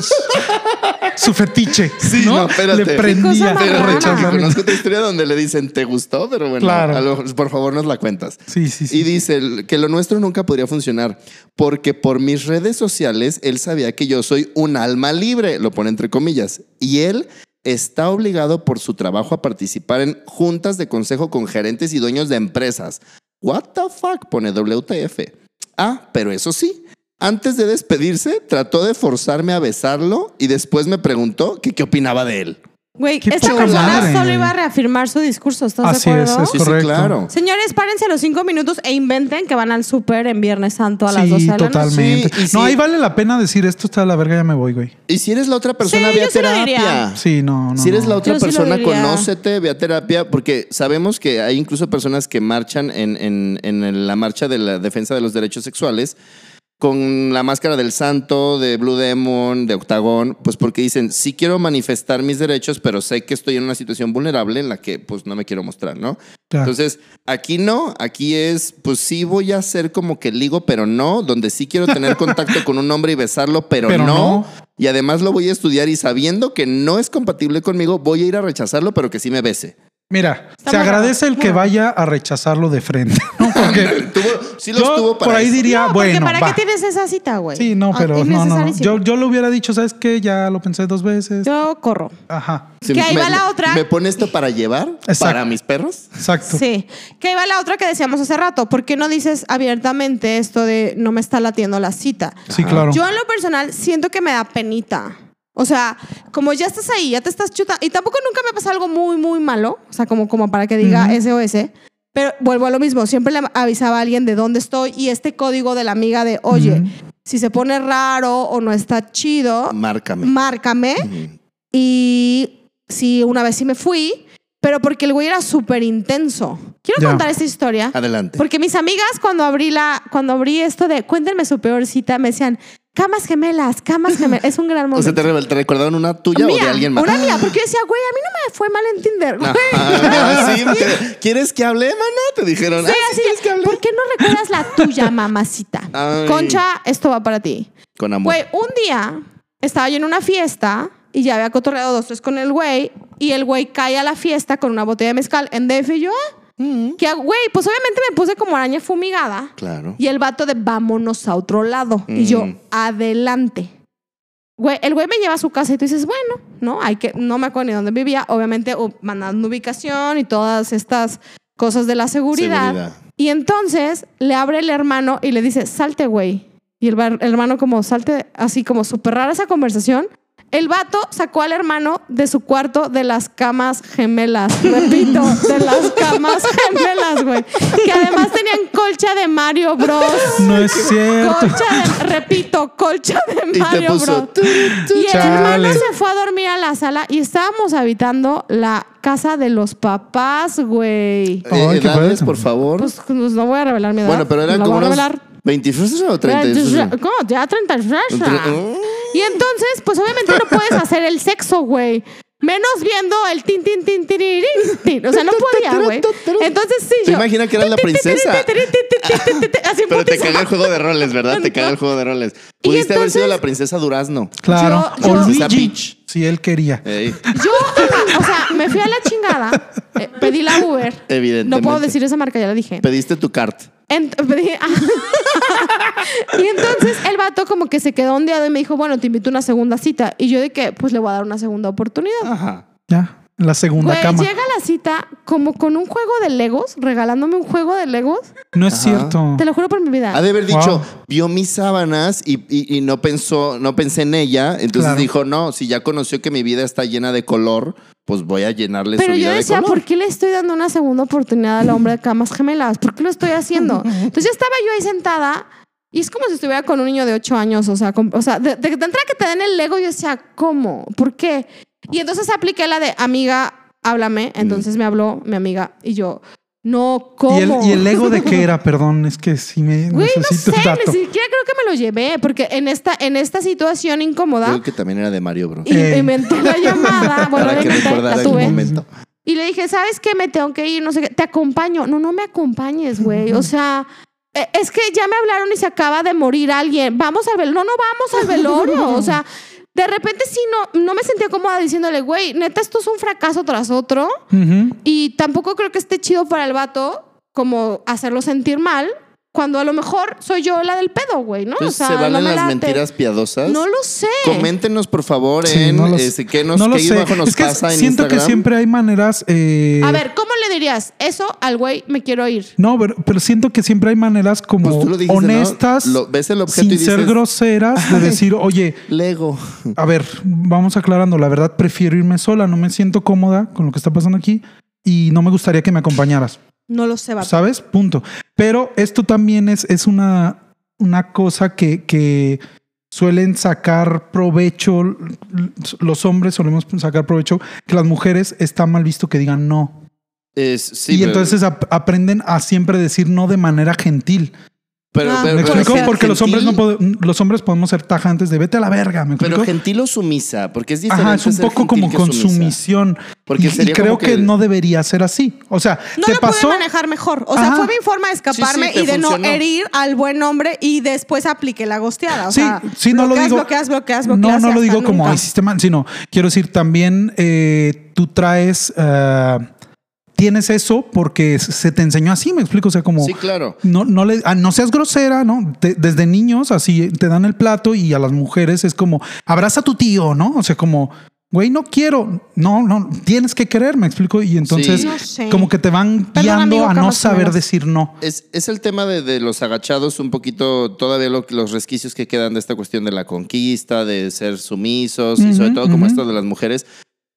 su fetiche. Sí, no, espérate. Le Qué cosa prendía más Ajá. Pero porque rara. rechazamiento. conozco otra historia donde le dicen, ¿te gustó? Pero bueno, Claro. a lo- por favor nos la cuentas. Sí, sí, sí. Y dice el- que lo nuestro nunca podría funcionar porque por mis redes sociales él sabía que yo soy un alma libre, lo pone entre comillas, y él está obligado por su trabajo a participar en juntas de consejo con gerentes y dueños de empresas. What the fuck, pone WTF. Ah, pero eso sí, antes de despedirse trató de forzarme a besarlo y después me preguntó que qué opinaba de él. Güey, Qué esta poca persona madre. solo iba a reafirmar su discurso, ¿estás Así de es, acuerdo? es Sí, sí, correcto. claro. Señores, párense los cinco minutos e inventen que van al súper en Viernes Santo a las 12 Sí, de la noche. totalmente. Sí, y No, sí. ahí vale la pena decir esto está de la verga, ya me voy, güey. Y si eres la otra persona, Sí, ve a yo sí lo terapia. diría. Sí, no, no. si eres no. la otra Yo sí lo persona, diría. conócete, ve a terapia, porque sabemos que hay incluso personas que marchan en, en- en la marcha de la defensa de los derechos sexuales con la máscara del santo, de Blue Demon, de Octagón, pues porque dicen, sí quiero manifestar mis derechos, pero sé que estoy en una situación vulnerable en la que pues no me quiero mostrar, ¿no? Claro. Entonces, aquí no, aquí es, pues sí voy a hacer como que ligo, pero no, donde sí quiero tener contacto con un hombre y besarlo, pero, Pero no. no. Y además lo voy a estudiar y sabiendo que no es compatible conmigo, voy a ir a rechazarlo, pero que sí me bese. Mira, Está se muy agradece raro, el que muy raro. vaya a rechazarlo de frente. ¿no? Porque Tuvo, sí los yo tuvo para por ahí eso. diría, no, porque bueno, ¿para va. qué tienes esa cita, güey? Sí, no, Ah, pero no, no, no. innecesarísimo. Yo, yo lo hubiera dicho, ¿sabes qué? Ya lo pensé dos veces. Yo corro. Ajá, Sí, Que ahí me- va la me- otra. ¿Me pone esto para llevar? Exacto. ¿Para mis perros? exacto. Sí. Que ahí va la otra que decíamos hace rato. ¿Por qué no dices abiertamente esto de no me está latiendo la cita? Sí, Ajá. claro. Yo en lo personal siento que me da penita. O sea, como ya estás ahí, ya te estás chutando. Y tampoco nunca me pasa algo muy, muy malo. O sea, como, como para que diga Ujú. SOS. Pero vuelvo a lo mismo. Siempre le avisaba a alguien de dónde estoy y este código de la amiga de, oye, Ujú. si se pone raro o no está chido, Márcame. márcame. Ujú. Y sí, una vez sí me fui, pero porque el güey era súper intenso. Quiero Ya. contar esta historia. Adelante. Porque mis amigas, cuando abrí la, cuando abrí esto de cuéntenme su peor cita, me decían camas gemelas, camas gemelas. Es un gran O momento. sea, ¿te, re- te recordaron una tuya o Mía, de alguien más? Una mía, porque yo decía, güey, a mí no me fue mal en Tinder. güey". Ah, sí, te- ¿Quieres que hable, mana? Te dijeron. Sí, "Ah, sí, así ¿Quieres que de, hable? ¿Por qué no recuerdas la tuya, mamacita? Ay. Concha, esto va para ti. Con amor. Güey, un día estaba yo en una fiesta y ya había cotorreado dos, tres con el güey y el güey cae a la fiesta con una botella de mezcal en DF y yo, ah, ¿qué hago? Güey, pues obviamente me puse como araña fumigada. Claro. Y el vato de vámonos a otro lado. Y yo, Mm. adelante. Güey, el güey me lleva a su casa y tú dices, bueno, no, hay que, no me acuerdo ni dónde vivía. Obviamente, o mandando ubicación y todas estas cosas de la seguridad. Seguridad. Y entonces le abre el hermano y le dice, salte, güey. Y el, bar- el hermano como salte, así como súper rara esa conversación. El vato sacó al hermano de su cuarto de las camas gemelas. Repito, de las camas gemelas, güey. Que además tenían colcha de Mario Bros. No es cierto. Colcha de, repito, colcha de Y te Mario puso. Bros. "Tu, tu". Y el Chale. hermano se fue a dormir a la sala y estábamos habitando la casa de los papás, güey. Eh, Ay, qué edades, padre. por favor. Pues, pues, no voy a revelar mi edad. bueno, pero eran no como voy a unos revelar. 26 o 30. ¿Cómo? Ya 30 Entre- ¿eh? Y entonces, pues obviamente no puedes hacer el sexo, güey. Menos viendo el tin, tin, tin, tirirín, tin. O sea, no podía, güey. Entonces sí, Te yo... imaginas que eras la princesa. Así en Pero te putiza. cagué el juego de roles, ¿verdad? Te cagué el juego de roles. Pudiste haber sido entonces- la princesa Durazno. Claro. Yo- o yo- Esa Luigi, bitch. si él quería. Ey, Yo, o sea, me fui a la chingada. eh, pedí la Uber. Evidentemente. No puedo decir esa marca, ya la dije. Pediste tu cart. Ent- dije, ah. y entonces el vato como que se quedó un día y me dijo, bueno, te invito a una segunda cita. Y yo de que, pues le voy a dar una segunda oportunidad. Ajá. Ya, la segunda Güey, cama. llega la cita como con un juego de Legos, regalándome un juego de Legos. No es Ajá. cierto. Te lo juro por mi vida. Ha de haber dicho, Wow. vio mis sábanas y, y- y no pensó, no pensé en ella. Entonces Claro. dijo, no, si ya conoció que mi vida está llena de color, pues voy a llenarle Pero su yo vida decía, de color. ¿por qué le estoy dando una segunda oportunidad al hombre de camas gemelas? ¿Por qué lo estoy haciendo? Entonces yo estaba yo ahí sentada y es como si estuviera con un niño de 8 años. O sea, con- o sea de, de, de entrada que te den el Lego, yo decía, ¿cómo? ¿Por qué? Y entonces apliqué la de amiga, háblame. Mm. Entonces me habló mi amiga y yo, no, ¿cómo? ¿Y el, ¿Y el ego de qué era? Perdón, es que sí me Güey, no sé, necesito un ni dato. siquiera creo que me lo llevé, porque en esta, en esta situación incómoda, Creo que también era de Mario Bros. y Eh. inventé la llamada, bueno, Para la que inventé, recordara la el tuve. Ah, momento. Y le dije, ¿sabes qué? Me tengo que ir, no sé qué. Te acompaño. No, no me acompañes, güey. O sea, eh, es que ya me hablaron y se acaba de morir alguien. Vamos al velorio. No, no vamos al velorio. O sea, de repente sí, no, no me sentía cómoda diciéndole, güey, neta, esto es un fracaso tras otro. Ujú. Y tampoco creo que esté chido para el vato como hacerlo sentir mal. Cuando a lo mejor soy yo la del pedo, güey, ¿no? Entonces, o sea, ¿se valen no me las late. mentiras piadosas? No lo sé. Coméntenos, por favor, Sí, en no lo este, sé. qué nos No lo qué sé. bajo nos Es que pasa en siento Instagram. que siempre hay maneras. eh, A ver, ¿cómo le dirías eso al güey? Me quiero ir. No, pero, pero siento que siempre hay maneras como Pues tú lo dijiste, ¿no? honestas, Lo- ves el objeto sin y dices- ser groseras, de decir, oye, Lego. a ver, vamos aclarando, la verdad prefiero irme sola, no me siento cómoda con lo que está pasando aquí y no me gustaría que me acompañaras, No lo sé, vato. ¿sabes? Punto. Pero esto también es, es una, una cosa que, que suelen sacar provecho, l- l- los hombres solemos sacar provecho, que las mujeres está mal visto que digan no. Es- sí, y pero- entonces ap- aprenden a siempre decir no de manera gentil. pero, Ah, pero- ¿Me pero- explico? pero- Porque los hombres no gentil, pode- los hombres podemos ser tajantes de vete a la verga, ¿me Pero explico? gentil o sumisa, porque es diferente. Ajá, es un ser poco gentil como que con sumisa. sumisión. Porque y, y sería creo como que... que- no debería ser así. O sea, No te lo pasó. pude manejar mejor. O sea, Ajá. fue mi forma de escaparme Sí, sí, te y de no funcionó. herir al buen hombre y después apliqué la gosteada. O Sí, sea, sí, no lo bloqueas, digo. bloqueas, bloqueas, bloqueas. no, y no lo hasta digo como nunca. "Ay, hiciste mal, sino quiero decir también eh, tú traes eh, tienes eso porque se te enseñó así, me explico, o sea, como Sí, claro. no, no, le, ah, no seas grosera, ¿no? Te- desde niños así te dan el plato y a las mujeres es como, abraza a tu tío, ¿no? O sea, como, güey, no quiero, no, no, tienes que querer, me explico. Y entonces Sí. No sé. como que te van Perdón, guiando amigo, a no Carlos saber Jiménez. decir no. Es, es el tema de, de los agachados, un poquito todavía lo- los resquicios que quedan de esta cuestión de la conquista, de ser sumisos y sobre Ujú, todo como ujú. esto de las mujeres.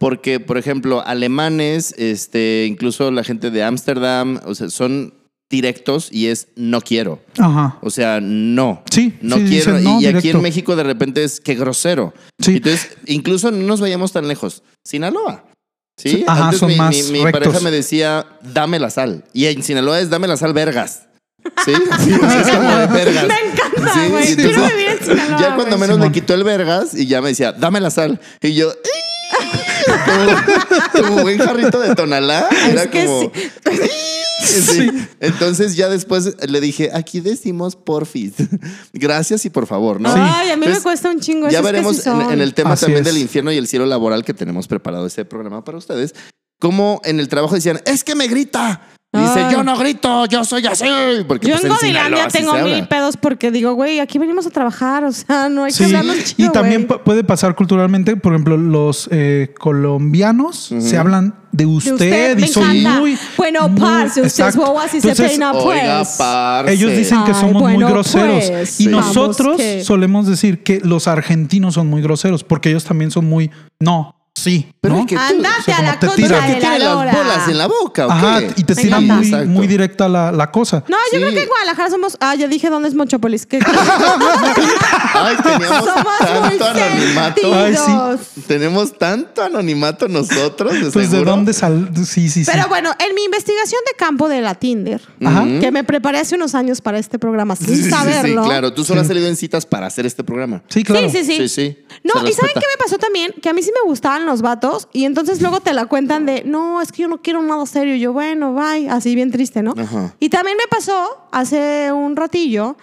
Porque, por ejemplo, alemanes, este, incluso la gente de Ámsterdam, o sea, son directos y es no quiero. Ajá. O sea, no. Sí, No sí, quiero. dicen y no, y aquí directo. en México de repente es que grosero. Sí. Entonces, incluso no nos vayamos tan lejos. Sinaloa. Sí, Sí, ajá, Antes son mi, más mi- mi rectos. pareja me decía, dame la sal. Y en Sinaloa es dame la sal, vergas. Sí, sí o sea, es como de vergas. Me encanta, Sí, güey. sí, Quiero entonces, vivir en Sinaloa, Ya cuando güey. menos Simón. me quitó el vergas y ya me decía, dame la sal. Y yo, "Ih", como, como buen jarrito de tonalá. Era Es que como. sí. Sí. Entonces ya después le dije, aquí decimos porfis. Gracias y por favor, ¿no? Sí. Ay, a mí me Entonces, cuesta un chingo. eso ya es que veremos sí son. en, en el tema Así también es. del infierno y el cielo laboral que tenemos preparado este programa para ustedes. Como en el trabajo decían, es que me grita. Y Dice, Ay. yo no grito, yo soy así. Porque Yo pues, en Sinaloa Godilandia así tengo se habla. mil pedos porque digo, güey, aquí venimos a trabajar, o sea, no hay que Sí, hablarnos chido, y también güey. pu- puede pasar culturalmente, por ejemplo, los eh, colombianos se hablan de usted, De usted, y me son encanta. muy Bueno, muy- parce, usted es exacto. boba si se Entonces, peina, Oiga, pues. parce. Ellos dicen que Ay, somos bueno, muy groseros. pues, y Sí. nosotros vamos que- solemos decir que los argentinos son muy groseros, porque ellos también son muy no, sí. Pero ¿no? es que tú- Andate o sea, a la como te concha tira. Pero de que tiene la lora. las bolas en la boca, ¿o Ajá, qué? y te Me tiran encanta. muy, Exacto. muy directa la, la cosa. No, yo Sí. creo que en Guadalajara somos. Ah, ya dije dónde es Mochopolis. Que Ay, teníamos somos muy tanto anonimato. Ay, sí. sentidos. Tenemos tanto anonimato nosotros, de Pues de seguro. dónde sal sí, sí, sí. Pero bueno, en mi investigación de campo de la Tinder, Ajá. que me preparé hace unos años para este programa sin ¿Mm? Sí, sí, sí, saberlo. Sí, claro. Tú solo has salido en citas para hacer este programa. Sí, claro. Sí, sí, sí. Sí, sí. No, Se ¿y saben respeta. qué me pasó también? Que a mí sí me gustaban los vatos y entonces luego te la cuentan de, no, es que yo no quiero nada serio. Y Yo, bueno, bye. Así bien triste, ¿no? Ajá. Y también me pasó hace un ratillo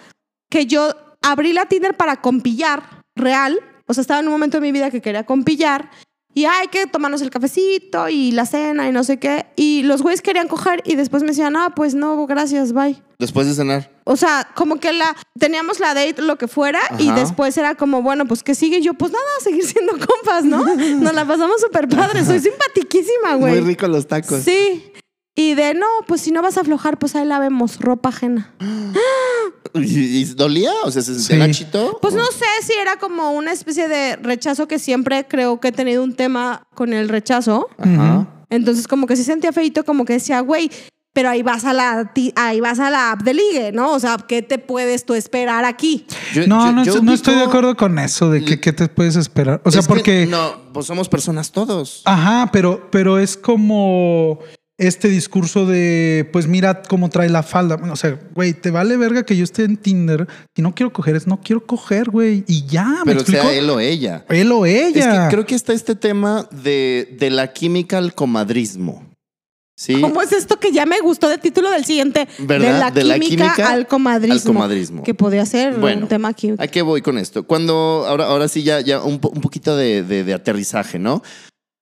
que yo abrí la Tinder para compillar real. O sea, estaba en un momento de mi vida que quería compillar. Y "Ah, hay que tomarnos el cafecito y la cena y no sé qué. Y los güeyes querían coger y después me decían, ah, pues no, gracias, bye. Después de cenar. O sea, como que la teníamos la date, lo que fuera, y Ajá. después era como, bueno, pues ¿qué sigue Y yo, pues nada, seguir siendo compas, ¿no? Nos la pasamos súper padre, soy simpatiquísima, güey. ricos los tacos. Sí. Y de no, pues si no vas a aflojar, pues ahí la vemos, ropa ajena. ¿Y, y dolía? O sea, ¿se sentía Sí. gachito? Pues no sé si era como una especie de rechazo que siempre creo que he tenido un tema con el rechazo. Ajá. Entonces, como que sí sentía feito, como que decía, güey, pero ahí vas a la ti- ahí vas a la app de ligue, ¿no? O sea, ¿qué te puedes tú esperar aquí? Yo- No, yo- no, yo no estoy de ubico- acuerdo con eso de que qué te puedes esperar. O sea, Es que porque Ah, No, pues somos personas todos. Ajá, pero, pero es como este discurso de, pues mira cómo trae la falda. O sea, güey, te vale verga que yo esté en Tinder. Si no quiero coger, es no quiero coger, güey. Y ya, ¿me pero explico? sea él o ella. Él o ella. Es que creo que está este tema de, de la química al comadrismo. ¿Sí? ¿Cómo es esto que ya me gustó de título del siguiente? ¿Verdad? De la, De la química, química al comadrismo. al comadrismo. Que podría ser Bueno. un tema aquí. ¿A qué voy con esto? Cuando, ahora, ahora sí, ya, ya un, po- un poquito de, de- de aterrizaje, ¿no?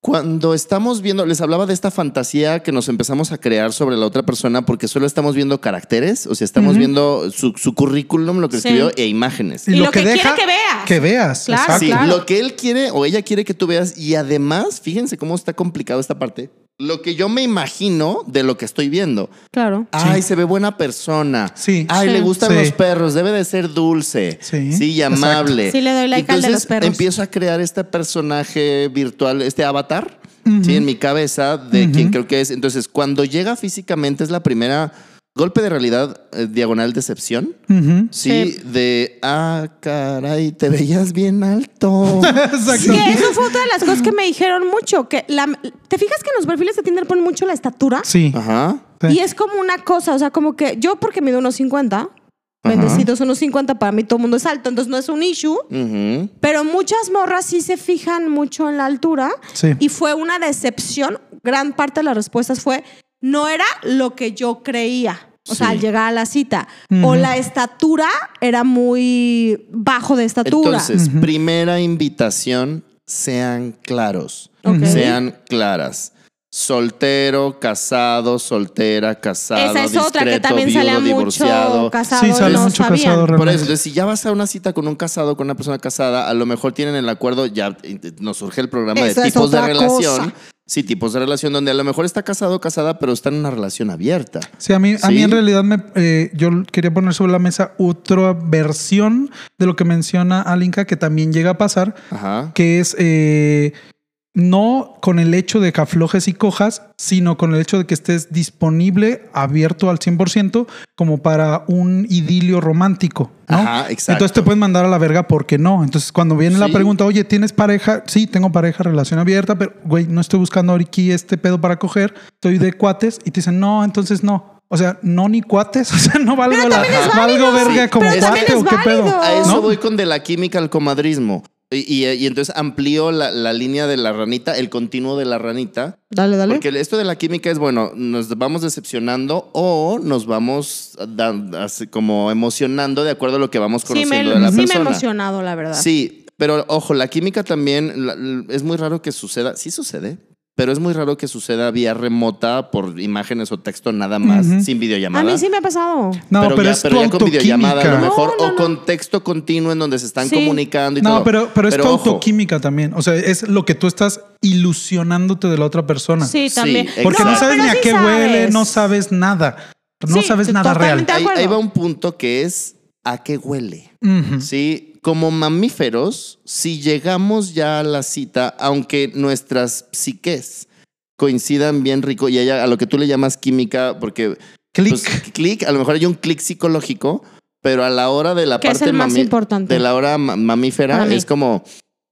Cuando estamos viendo, les hablaba de esta fantasía que nos empezamos a crear sobre la otra persona porque solo estamos viendo caracteres, o sea, estamos Ujú. viendo su, su currículum, lo que Sí. escribió, e imágenes. Y lo que quiere que veas. Que veas. Claro, exacto. Sí, Ah, claro. lo que él quiere o ella quiere que tú veas. Y además, fíjense cómo está complicado esta parte. Lo que yo me imagino de lo que estoy viendo. Claro. Ay, se ve buena persona. Sí. Ay, Sí. le gustan Sí. los perros. Debe de ser dulce. Sí. Sí. y amable. Sí, le doy like al de Entonces, los perros. Empiezo a crear este personaje virtual, este avatar, Ujú. sí, en mi cabeza de Ujú. quién creo que es. Entonces, cuando llega físicamente es la primera golpe de realidad eh, diagonal decepción. Ujú. Sí, Sí. de, ah, caray, te veías bien alto. Exacto. Que eso fue otra de las cosas que me dijeron mucho. Que la- ¿Te fijas que en los perfiles de Tinder ponen mucho la estatura? Sí. Ajá. Sí. Y es como una cosa, o sea, como que yo porque mido unos 50, bendecidos unos 50, para mí todo el mundo es alto, entonces no es un issue. Ujú. Pero muchas morras sí se fijan mucho en la altura. Sí. Y fue una decepción. Gran parte de las respuestas fue, no era lo que yo creía. O sea, Sí. al llegar a la cita. Ujú. O la estatura era muy bajo de estatura. Entonces, primera invitación, sean claros, Ok. sean claras. soltero, casado, soltera, casado, Esa es discreto, otra que también viudo, sale a mucho divorciado. casado. sí, sale no mucho sabían. casado Por realmente. eso, entonces, si ya vas a una cita con un casado, con una persona casada, a lo mejor tienen el acuerdo, ya eh, nos surge el programa Eso de es tipos de otra relación. cosa. Sí, tipos de relación donde a lo mejor está casado o casada, pero está en una relación abierta. Sí, a mí, a mí Sí. en realidad me, eh, yo quería poner sobre la mesa otra versión de lo que menciona Alinka que también llega a pasar, Ajá. que es eh, no con el hecho de que aflojes y cojas, sino con el hecho de que estés disponible, abierto al 100%, como para un idilio romántico. ¿no? Ajá, exacto. Entonces te pueden mandar a la verga porque no. Entonces cuando viene la Sí. pregunta, oye, ¿tienes pareja? Sí, tengo pareja, relación abierta, pero güey, no estoy buscando aquí este pedo para coger, estoy de cuates y te dicen, no, entonces no. O sea, no ni cuates, o sea, no valgo, la, también es valgo válido. verga Sí, como pero también cuate es o qué pedo. válido. A eso ¿No? voy con de la química al comadrismo. Y, y- y entonces amplió la, la línea de la ranita, el continuo de la ranita. Dale, dale. Porque esto de la química es, bueno, nos vamos decepcionando o nos vamos dan- así como emocionando de acuerdo a lo que vamos sí, conociendo me, de la sí me he persona. emocionado, la verdad. Sí, pero ojo, la química también la- l- es muy raro que suceda. Sí sucede, pero es muy raro que suceda vía remota por imágenes o texto nada más, Ujú. sin A videollamada. mí sí me ha pasado. No, pero, pero, ya, es pero tu ya con videollamada a lo autoquímica. mejor No, no, o no. con texto continuo en donde se están Sí. comunicando y No, todo. pero, pero es tu ojo, autoquímica también. O sea, es lo que tú estás ilusionándote de la otra persona. Sí, Sí, también. Porque no, Exacto. sabes pero ni a sí qué huele, sabes. no sabes nada. No Sí, sabes nada real. totalmente de ahí, acuerdo. ahí va un punto que es a qué huele. Ujú. Sí, como mamíferos, si llegamos ya a la cita, aunque nuestras psiques coincidan bien rico y haya a lo que tú le llamas química, porque Clic. pues, clic, a lo mejor hay un clic psicológico, pero a la hora de la Que es parte el más mami- importante. de la hora ma- mamífera Para mí. es como,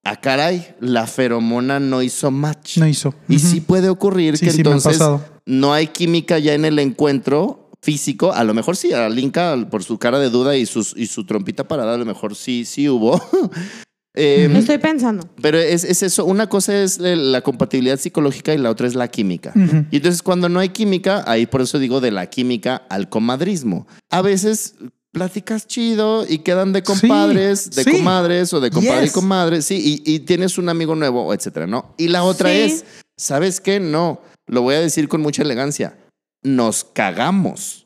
ah, caray, la feromona no hizo match. no hizo. Y Ujú. sí puede ocurrir Sí, que sí, me ha entonces pasado. no hay química ya en el encuentro físico. A lo mejor sí, a Linka por su cara de duda y, sus, y su trompita parada, a lo mejor sí, sí hubo. Eh, Lo estoy pensando. Pero es, es eso, una cosa es eh, la compatibilidad psicológica y la otra es la química. Ujú. Y entonces cuando no hay química, ahí por eso digo de la química al comadrismo. A veces platicas chido y quedan de compadres, de sí. comadres o de compadre Yes. y comadre, sí, y, y tienes un amigo nuevo, o etcétera, ¿no? Y la otra Sí. es, ¿sabes qué? No, lo voy a decir con mucha elegancia, nos cagamos.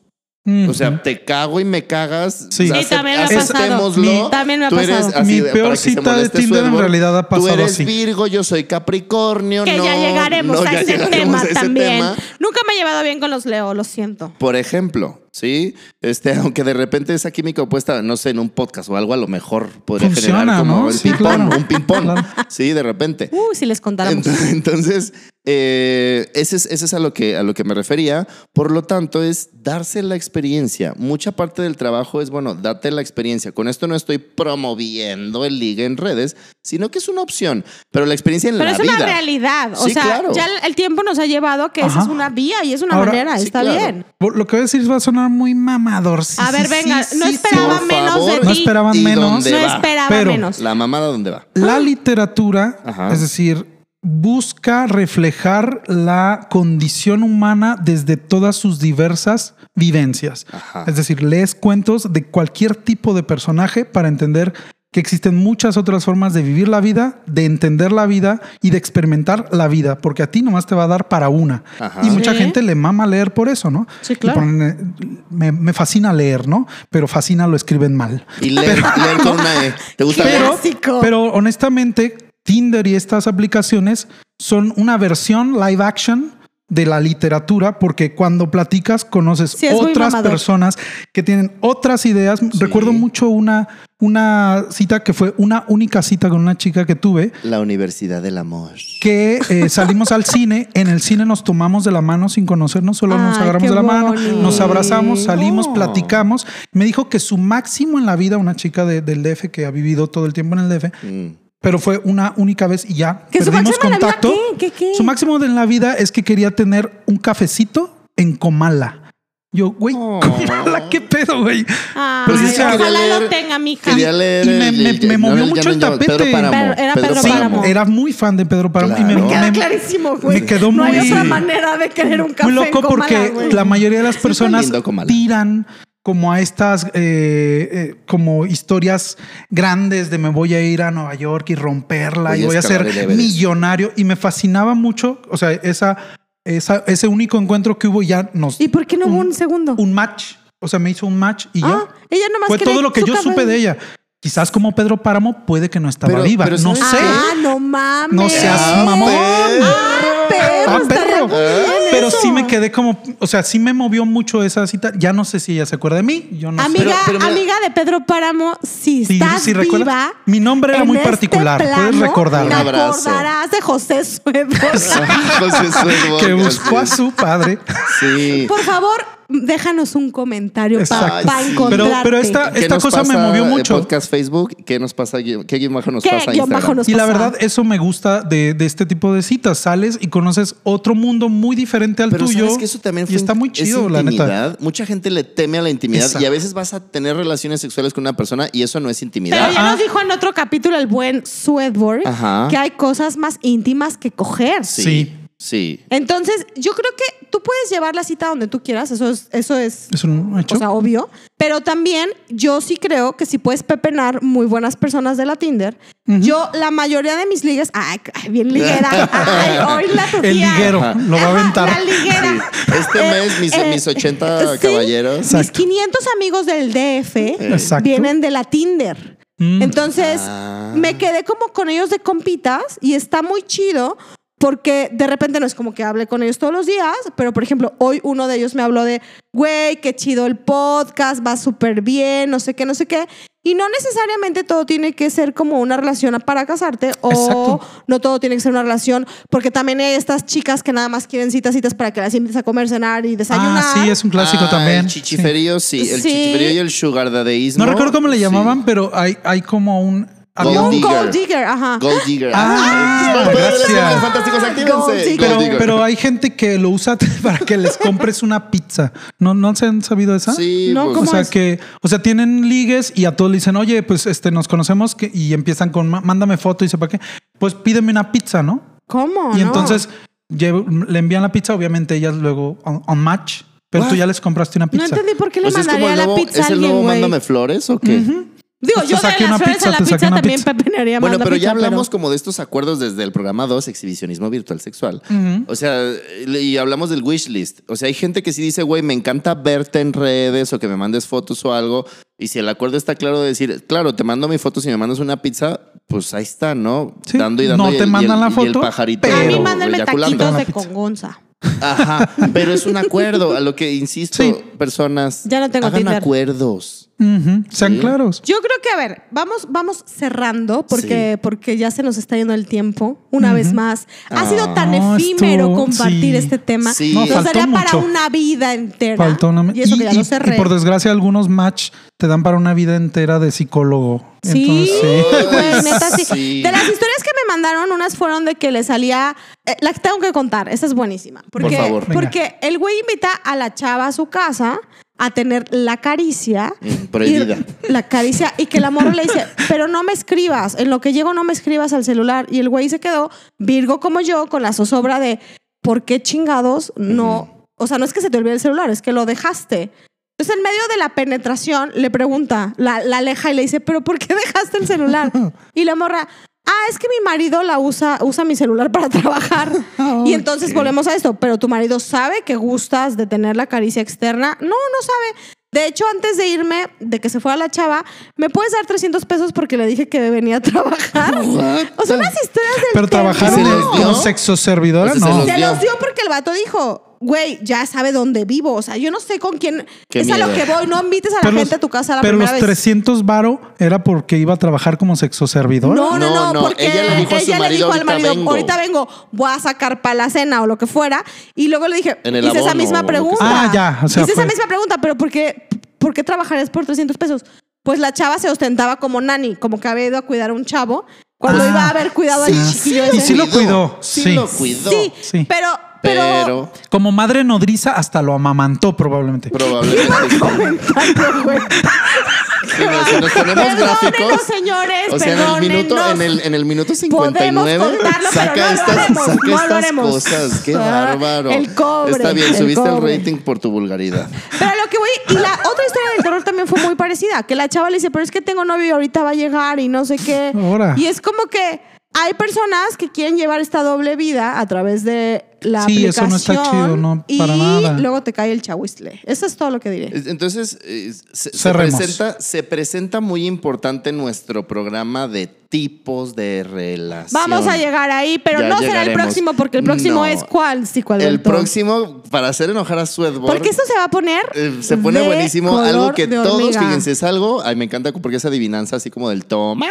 O Ujú. sea, te cago y me cagas. Sí. O sea, Sí, ace- también me ha aceptémoslo. pasado. Mi- también me ha Tú eres pasado. así, mi para peor que se cita de moleste Tinder en Suedborg, realidad ha Tú pasado eres así. Virgo, yo soy Capricornio. Que no, ya llegaremos no, a ya ese llegaremos tema a ese también. tema. Nunca me he llevado bien con los Leo, lo siento. Por ejemplo, ¿sí? Este, aunque de repente esa química opuesta, no sé, en un podcast o algo, a lo mejor podría Funciona, generar como ¿no? un Sí, ping-pong, claro. un ping-pong. Claro. Sí, de repente. Uy, si les contáramos. Ent- Entonces, eh, ese, es, ese es a lo, que, a lo que me refería. Por lo tanto, es darse la experiencia. Mucha parte del trabajo es, bueno, date la experiencia. Con esto no estoy promoviendo el ligue en redes, sino que es una opción. Pero la experiencia en Pero la es vida. una realidad. O Sí, sea, claro. ya el- el tiempo nos ha llevado a que esa Ajá. es una vía y es una Ahora, manera. sí, Está claro. bien. Lo que voy a decir va a sonar muy mamador. sí, A ver, sí, venga, sí, no sí, esperaba Por menos favor. de ti. No esperaban ¿Y menos. dónde No va? esperaba Pero- menos. La mamada, ¿dónde va? La literatura, Ah. Ajá. es decir, busca reflejar la condición humana desde todas sus diversas vivencias. Ajá. Es decir, lees cuentos de cualquier tipo de personaje para entender que existen muchas otras formas de vivir la vida, de entender la vida y de experimentar la vida, porque a ti nomás te va a dar para una. Ajá. Y mucha Sí. gente le mama leer por eso, ¿no? Sí, Y claro. ponen, eh, me, me fascina leer, ¿no? Pero fascina lo escriben mal. Y leer, leer con una E. ¿Te gusta Qué leer? Pero, Clásico. pero honestamente, Tinder y estas aplicaciones son una versión live action de la literatura, porque cuando platicas conoces Sí, es muy otras mamador. personas que tienen otras ideas. Recuerdo mucho una, una cita que fue una única cita con una chica que tuve, La Universidad del Amor. que eh, salimos al cine, en el cine nos tomamos de la mano sin conocernos, solo nos Ay, agarramos qué de la mano, bonito. nos abrazamos, salimos, Oh. platicamos. Me dijo que su máximo en la vida, una chica de- del DF que ha vivido todo el tiempo en el DF, Mm. pero fue una única vez y ya. ¿Que su Perdimos máximo en la vida contacto. qué? ¿Qué, qué? Su máximo en la vida es que quería tener un cafecito en Comala. Yo, güey, Oh. Comala, qué pedo, güey. Ah, Ay, Pues es que ojalá quería leer- lo tenga, mija. Quería leer. y me- el- me- el- me movió ya mucho el llaman tapete. Pedro Páramo. Pero- era Pedro Sí, Páramo. era muy fan de Pedro Páramo y me, Claro. Queda me- clarísimo, güey. me quedó no hay muy- otra manera de querer un café. muy loco en Comala, porque güey. la mayoría de las personas lindo Comala. tiran como a estas eh, eh, como historias grandes de me voy a ir a Nueva York y romperla Voy y a voy a escalar ser el Everest. millonario y me fascinaba mucho, o sea, esa esa- ese único encuentro que hubo ya nos... ¿Y por qué no hubo Un- un segundo? Un match. O sea, me hizo un match y ah, ya. ella nomás Fue quería todo lo que su yo cabello. supe de ella. Quizás como Pedro Páramo puede que no estaba Pero- viva. pero no ¿sabes sé. Ah, no mames. No seas Ah, mamón. perro. Ah, perro, Ah, estaría perro. muy bien Pero eso. sí me quedé como, o sea, sí me movió mucho esa cita. Ya no sé si ella se acuerda de mí. Yo no sé. Amiga, pero mira- amiga de Pedro Páramo, si Sí, estás sí, ¿recuerdas? viva. Mi nombre era en muy este particular, puedes plano, recordarlo. Te Un abrazo. acordarás de José Suevos. José Suevo, Que buscó a sí. su padre. Sí. Por favor, déjanos un comentario para Exacto. Ay, sí. encontrarte. Pero, pero esta, ¿Qué esta nos cosa me pasa, movió eh, mucho. podcast Facebook, ¿qué nos pasa? guión- ¿Qué guión bajo nos ¿Qué pasa? guión bajo Instagram? nos Y la pasaba. verdad, eso me gusta de, de este tipo de citas. Sales y conoces otro mundo muy diferente al Pero tuyo. sabes que eso también fue y está muy es chido, la neta. intimidad. Mucha gente le teme a la intimidad y Exacto. a veces vas a tener relaciones sexuales con una persona y eso no es Pero intimidad. ya Ah. nos dijo en otro capítulo el buen Swedborg Ajá. que hay cosas más íntimas que coger. Sí. Sí. Entonces, yo creo que tú puedes llevar la cita donde tú quieras, eso es, eso es, Es un hecho. o sea, obvio. Pero también yo sí creo que si puedes pepenar muy buenas personas de la Tinder, yo la mayoría de mis ligues, ay, ay, bien liguera, ay, hoy la tu El tía. liguero lo va a Ajá, aventar. La liguera. Este Eh, mes mis, eh, mis 80 sí, caballeros. Mis Exacto. 500 amigos del DF Exacto. vienen de la Tinder. Mm. Entonces, Ah. me quedé como con ellos de compitas y está muy chido porque de repente no es como que hable con ellos todos los días, pero por ejemplo, hoy uno de ellos me habló de, güey, qué chido el podcast, va súper bien, no sé qué, no sé qué. Y no necesariamente todo tiene que ser como una relación para casarte o Exacto. no todo tiene que ser una relación, porque también hay estas chicas que nada más quieren citas, citas para que las invites a comer, cenar y desayunar. Ah, sí, es un clásico Ah, también. El chichiferío, sí. El Sí. chichiferío y el sugar Sí. No recuerdo cómo le llamaban, pero hay, hay como un. había Un un- digger. gold digger, ajá. Gold digger. Ah, Ay, gracias. señores Fantásticos, Gold actívense. digger. Gold pero, digger. pero hay gente que lo usa para que les compres una pizza. ¿No, no se han sabido esa? Sí, No, pues, ¿cómo o sea es? que, o sea, tienen ligues y a todos le dicen, oye, pues este, nos conocemos que- y empiezan con "Ma- mándame foto y sepa qué. Pues pídeme una pizza, ¿no? ¿Cómo? Oh, no? y entonces llevo- le envían la pizza, obviamente ellas luego on, on match, pero tú What? ya les compraste una No pizza. entendí por qué le Pues es como mandaría el la nuevo, pizza a ¿es el alguien, nuevo güey. Mándame Flores o qué? Digo, Te yo saqué de Pues una las flores pizza, a la te saqué pizza una también pizza. pepenaría Bueno, manda pero pizza, ya hablamos como de estos acuerdos desde el programa 2, exhibicionismo virtual sexual. O sea, le- y hablamos del wish list. O sea, hay gente que sí dice, güey, me encanta verte en redes o que me mandes fotos o algo. Y si el acuerdo está claro de decir, claro, te mando mi foto si me mandas una pizza, pues ahí está, ¿no? Sí, Dando y dando. no y el- te y el- mandan la y el foto, pajarito. A mí pero mándenme eyaculando. taquitos La de pizza. congonza. Ajá, pero es un acuerdo, a lo que insisto, Sí. personas. Ya no tengo hagan Tinder. acuerdos. Ujú, Sean Sí. claros. Yo creo que, a ver, vamos, vamos cerrando porque, porque ya se nos está yendo el tiempo una vez más. Ha sido tan No, efímero Ah, estuvo- compartir sí. este tema. Sí. No, Nos faltó daría para mucho. una vida entera. Falta una- Y eso que ya lo cerré. y por desgracia, algunos match te dan para una vida entera de psicólogo. Sí, Entonces, güey, neta, sí. Sí. De las historias que me mandaron, unas fueron de que le salía. eh, la que tengo que contar, esa es buenísima. Porque, favor. Venga. Porque el güey invita a la chava a su casa a tener la caricia. Mm, prohibida. Y- la caricia. Y que la morra le dice, pero no me escribas. En lo que llego, no me escribas al celular. Y el güey se quedó, Virgo como yo, con la zozobra de por qué chingados no. O sea, no es que se te olvide el celular, es que lo dejaste. Entonces, en medio de la penetración, le pregunta, la, la aleja y le dice, ¿pero por qué dejaste el celular? Y la morra, ah, es que mi marido la usa, usa mi celular para trabajar. Y entonces volvemos a esto, pero tu marido sabe que gustas de tener la caricia externa. No, no sabe. De hecho, antes de irme, de que se fuera la chava, ¿me puedes dar 300 pesos porque le dije que venía a trabajar? o sea, unas historias del pero trabajaron terror. ¿Se les de- dio? como sexo servidora, Pues se no. los- Se dio. los dio porque el vato dijo, güey, ya sabe dónde vivo. O sea, yo no sé con quién. Qué es a lo que miedo. voy. No invites a la gente a tu casa la pero primera los vez. 300 varo era porque iba a trabajar como sexo servidor. No, no, no, No, no, porque ella le dijo a su marido, al "Ahorita marido, vengo". ahorita vengo, voy a sacar para la cena o lo que fuera. Y luego le dije, En el hice esa abono o misma lo que pregunta. sea. Ah, ya, o sea, hice esa fue- misma pregunta, pero ¿por qué, ¿por qué trabajarías por 300 pesos? Pues la chava se ostentaba como nani, como que había ido a cuidar a un chavo cuando Ah, iba a haber cuidado al sí, Ah, chiquillo sí, ese. sí lo cuidó, Sí, sí. lo cuidó. Sí, Sí. pero... Pero, Pero, Como madre nodriza hasta lo amamantó probablemente. probablemente. Comentario, güey. Sí, no, si nos ponemos Perdónenos, gráficos. señores, O sea, en el minuto, Pues, perdónenos. en el, en el minuto Podemos 59 contarlo, saca pero no lo estas, haremos, saca no lo estas haremos. cosas. Qué Ah, bárbaro. el cobre, Está bien, el subiste el, cobre. rating por tu vulgaridad. Pero a lo que voy, y la otra historia del terror también fue muy parecida, que la chava le dice, pero es que tengo novio y ahorita va a llegar y no sé qué. Ahora. Y es como que, hay personas que quieren llevar esta doble vida a través de la Sí, eso aplicación. no está chido, no, para y nada. luego te cae el chahuistle. Eso es todo lo que diré. Es- Entonces, eh, se, se Cerremos. presenta, se presenta muy importante nuestro programa de tipos de relaciones. Vamos a llegar ahí, pero Ya no será el llegaremos. próximo, porque el próximo No. es cuál, Psico El Alberto? próximo, para hacer enojar a Swedborg. Porque esto se va a poner. eh, se pone de buenísimo. color Algo que de todos, hormiga. fíjense, es algo. Ay, me encanta porque es adivinanza así como del Tomás.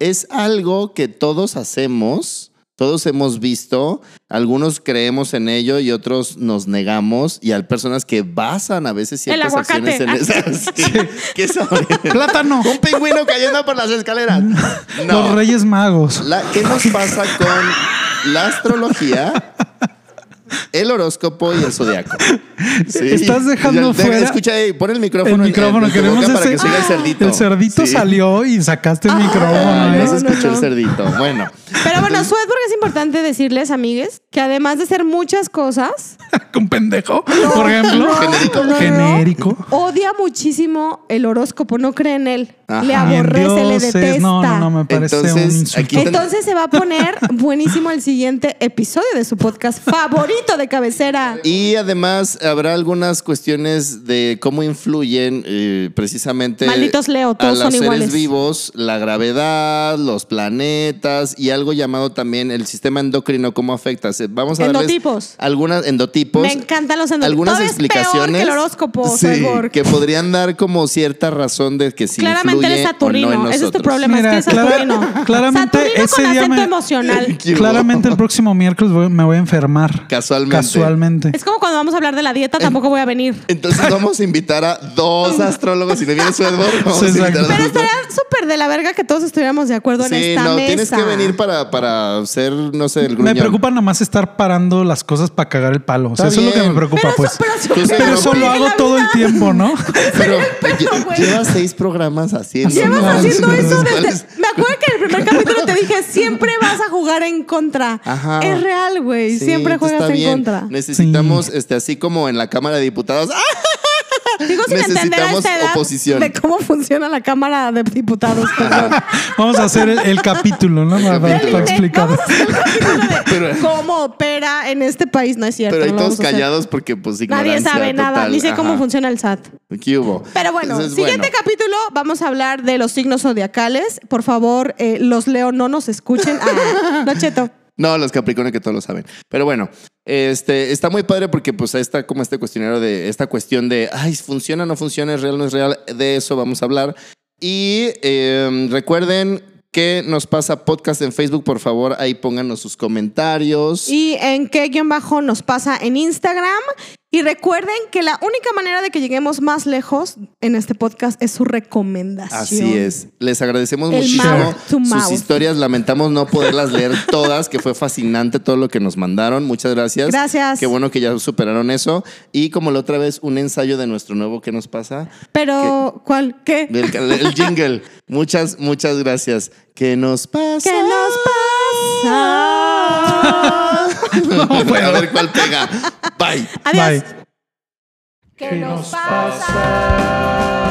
Es algo que todos hacemos, todos hemos visto. Algunos creemos en ello y otros nos negamos. Y hay personas que basan a veces ciertas aguacate. acciones en esas. Sí. ¿Qué sabe? Plátano. Un pingüino cayendo por las escaleras. Los No. Reyes Magos. La- ¿Qué nos pasa con la astrología, el horóscopo y el zodiaco? Sí. Estás dejando de- fuera Escucha, ey, pon el micrófono. El en- micrófono, en tu queremos boca ese. para que siga el cerdito. El cerdito Sí. salió y sacaste el Ah, micrófono. ya ¿eh? se No, no, escuchó no. el cerdito. Bueno, Pero bueno, Swedborg es importante decirles, amigues, que además de ser muchas cosas, Con pendejo, por ejemplo. no, Genérico. no, no, Genérico. odia muchísimo el horóscopo, no cree en él. Ajá. Le Ni en aborrece, le dioses. detesta. No, no, no, me parece Entonces, un insulto. aquí- Quiten- Entonces se va a poner buenísimo el siguiente episodio de su podcast favorito de cabecera. y además habrá algunas cuestiones de cómo influyen eh, precisamente Malditos Leo, todos a son los iguales. seres vivos, la gravedad, los planetas y algo llamado también el sistema endocrino, cómo afecta. Se- Vamos a darles Endotipos. algunas endotipos. Me encantan los endotipos. algunas Todo es peor que el explicaciones horóscopo, sí, Cyborg. que podrían dar como cierta razón de que si Claramente influye eres Saturnino. o no Ese en es tu nosotros. problema, Mira, es que es clara- Saturnino. claramente Saturnino ese con día acento me- emocional. ¿Qué hubo? Claramente el próximo miércoles voy- me voy a enfermar. Casualmente. Casualmente. Es como cuando vamos a hablar de la dieta, tampoco voy a venir. Entonces vamos a invitar a dos astrólogos. Si no viene Swedborg, vamos a invitar a Exacto. los Pero dos. estaría súper de la verga que todos estuviéramos de acuerdo en Sí, esta no, mesa. tienes que venir para, para ser, no sé, el Me gruñón. preocupa nada más estar parando las cosas para cagar el palo. O sea, eso Está es lo que bien. me preocupa, Pero, pues. eso, pero, Tú eso- sí, Pero pero eso lo porque hago la todo el vida- tiempo, ¿no? Pero lle- güey. llevas seis programas haciendo. Llevas No, haciendo no, eso no, desde. ¿Cuáles? Me acuerdo que en el primer capítulo te dije: siempre vas a jugar en contra. Ajá. Es real, güey. Sí, siempre está juegas en bien. contra. Necesitamos, este, así como en la Cámara de Diputados. ¡Ah! Digo sin entender a necesitamos esta edad oposición. de cómo funciona la Cámara de Diputados. perdón. Vamos a hacer el, el capítulo, ¿no? Para, para capítulo. explicar. Vamos a hacer el capítulo de cómo opera en este país. No es cierto. Pero ahí no lo todos vamos a hacer. callados porque, pues, Nadie ignorancia sabe nada, total. ni sé cómo Ajá. funciona el SAT. ¿Qué hubo? Pero bueno, Entonces, siguiente bueno. capítulo vamos a hablar de los signos zodiacales. Por favor, eh, los leo, no nos escuchen. Ah, no, Cheto. No, los Capricornio que todos lo saben. Pero bueno, este está muy padre porque pues ahí está como este cuestionario de esta cuestión de, ay, funciona, no funciona, es real, no es real. De eso vamos a hablar. Y eh, recuerden que nos pasa podcast en Facebook, por favor, ahí pónganos sus comentarios. Y en qué guión bajo nos pasa en Instagram. Y recuerden que la única manera de que lleguemos más lejos en este podcast es su recomendación. Así es. Les agradecemos El muchísimo mouth to sus mouth. historias. Lamentamos no poderlas leer todas, que fue fascinante todo lo que nos mandaron. Muchas gracias. Gracias. Qué bueno que ya superaron eso. Y como la otra vez, un ensayo de nuestro nuevo ¿Qué nos pasa? Pero, ¿cuál? ¿Qué? Del- El, jingle. Muchas, muchas gracias. ¿Qué nos pasa? ¿Qué nos pasa? A ver cuál pega. Bye. Adiós. Bye. ¿Qué nos pasa? pasa?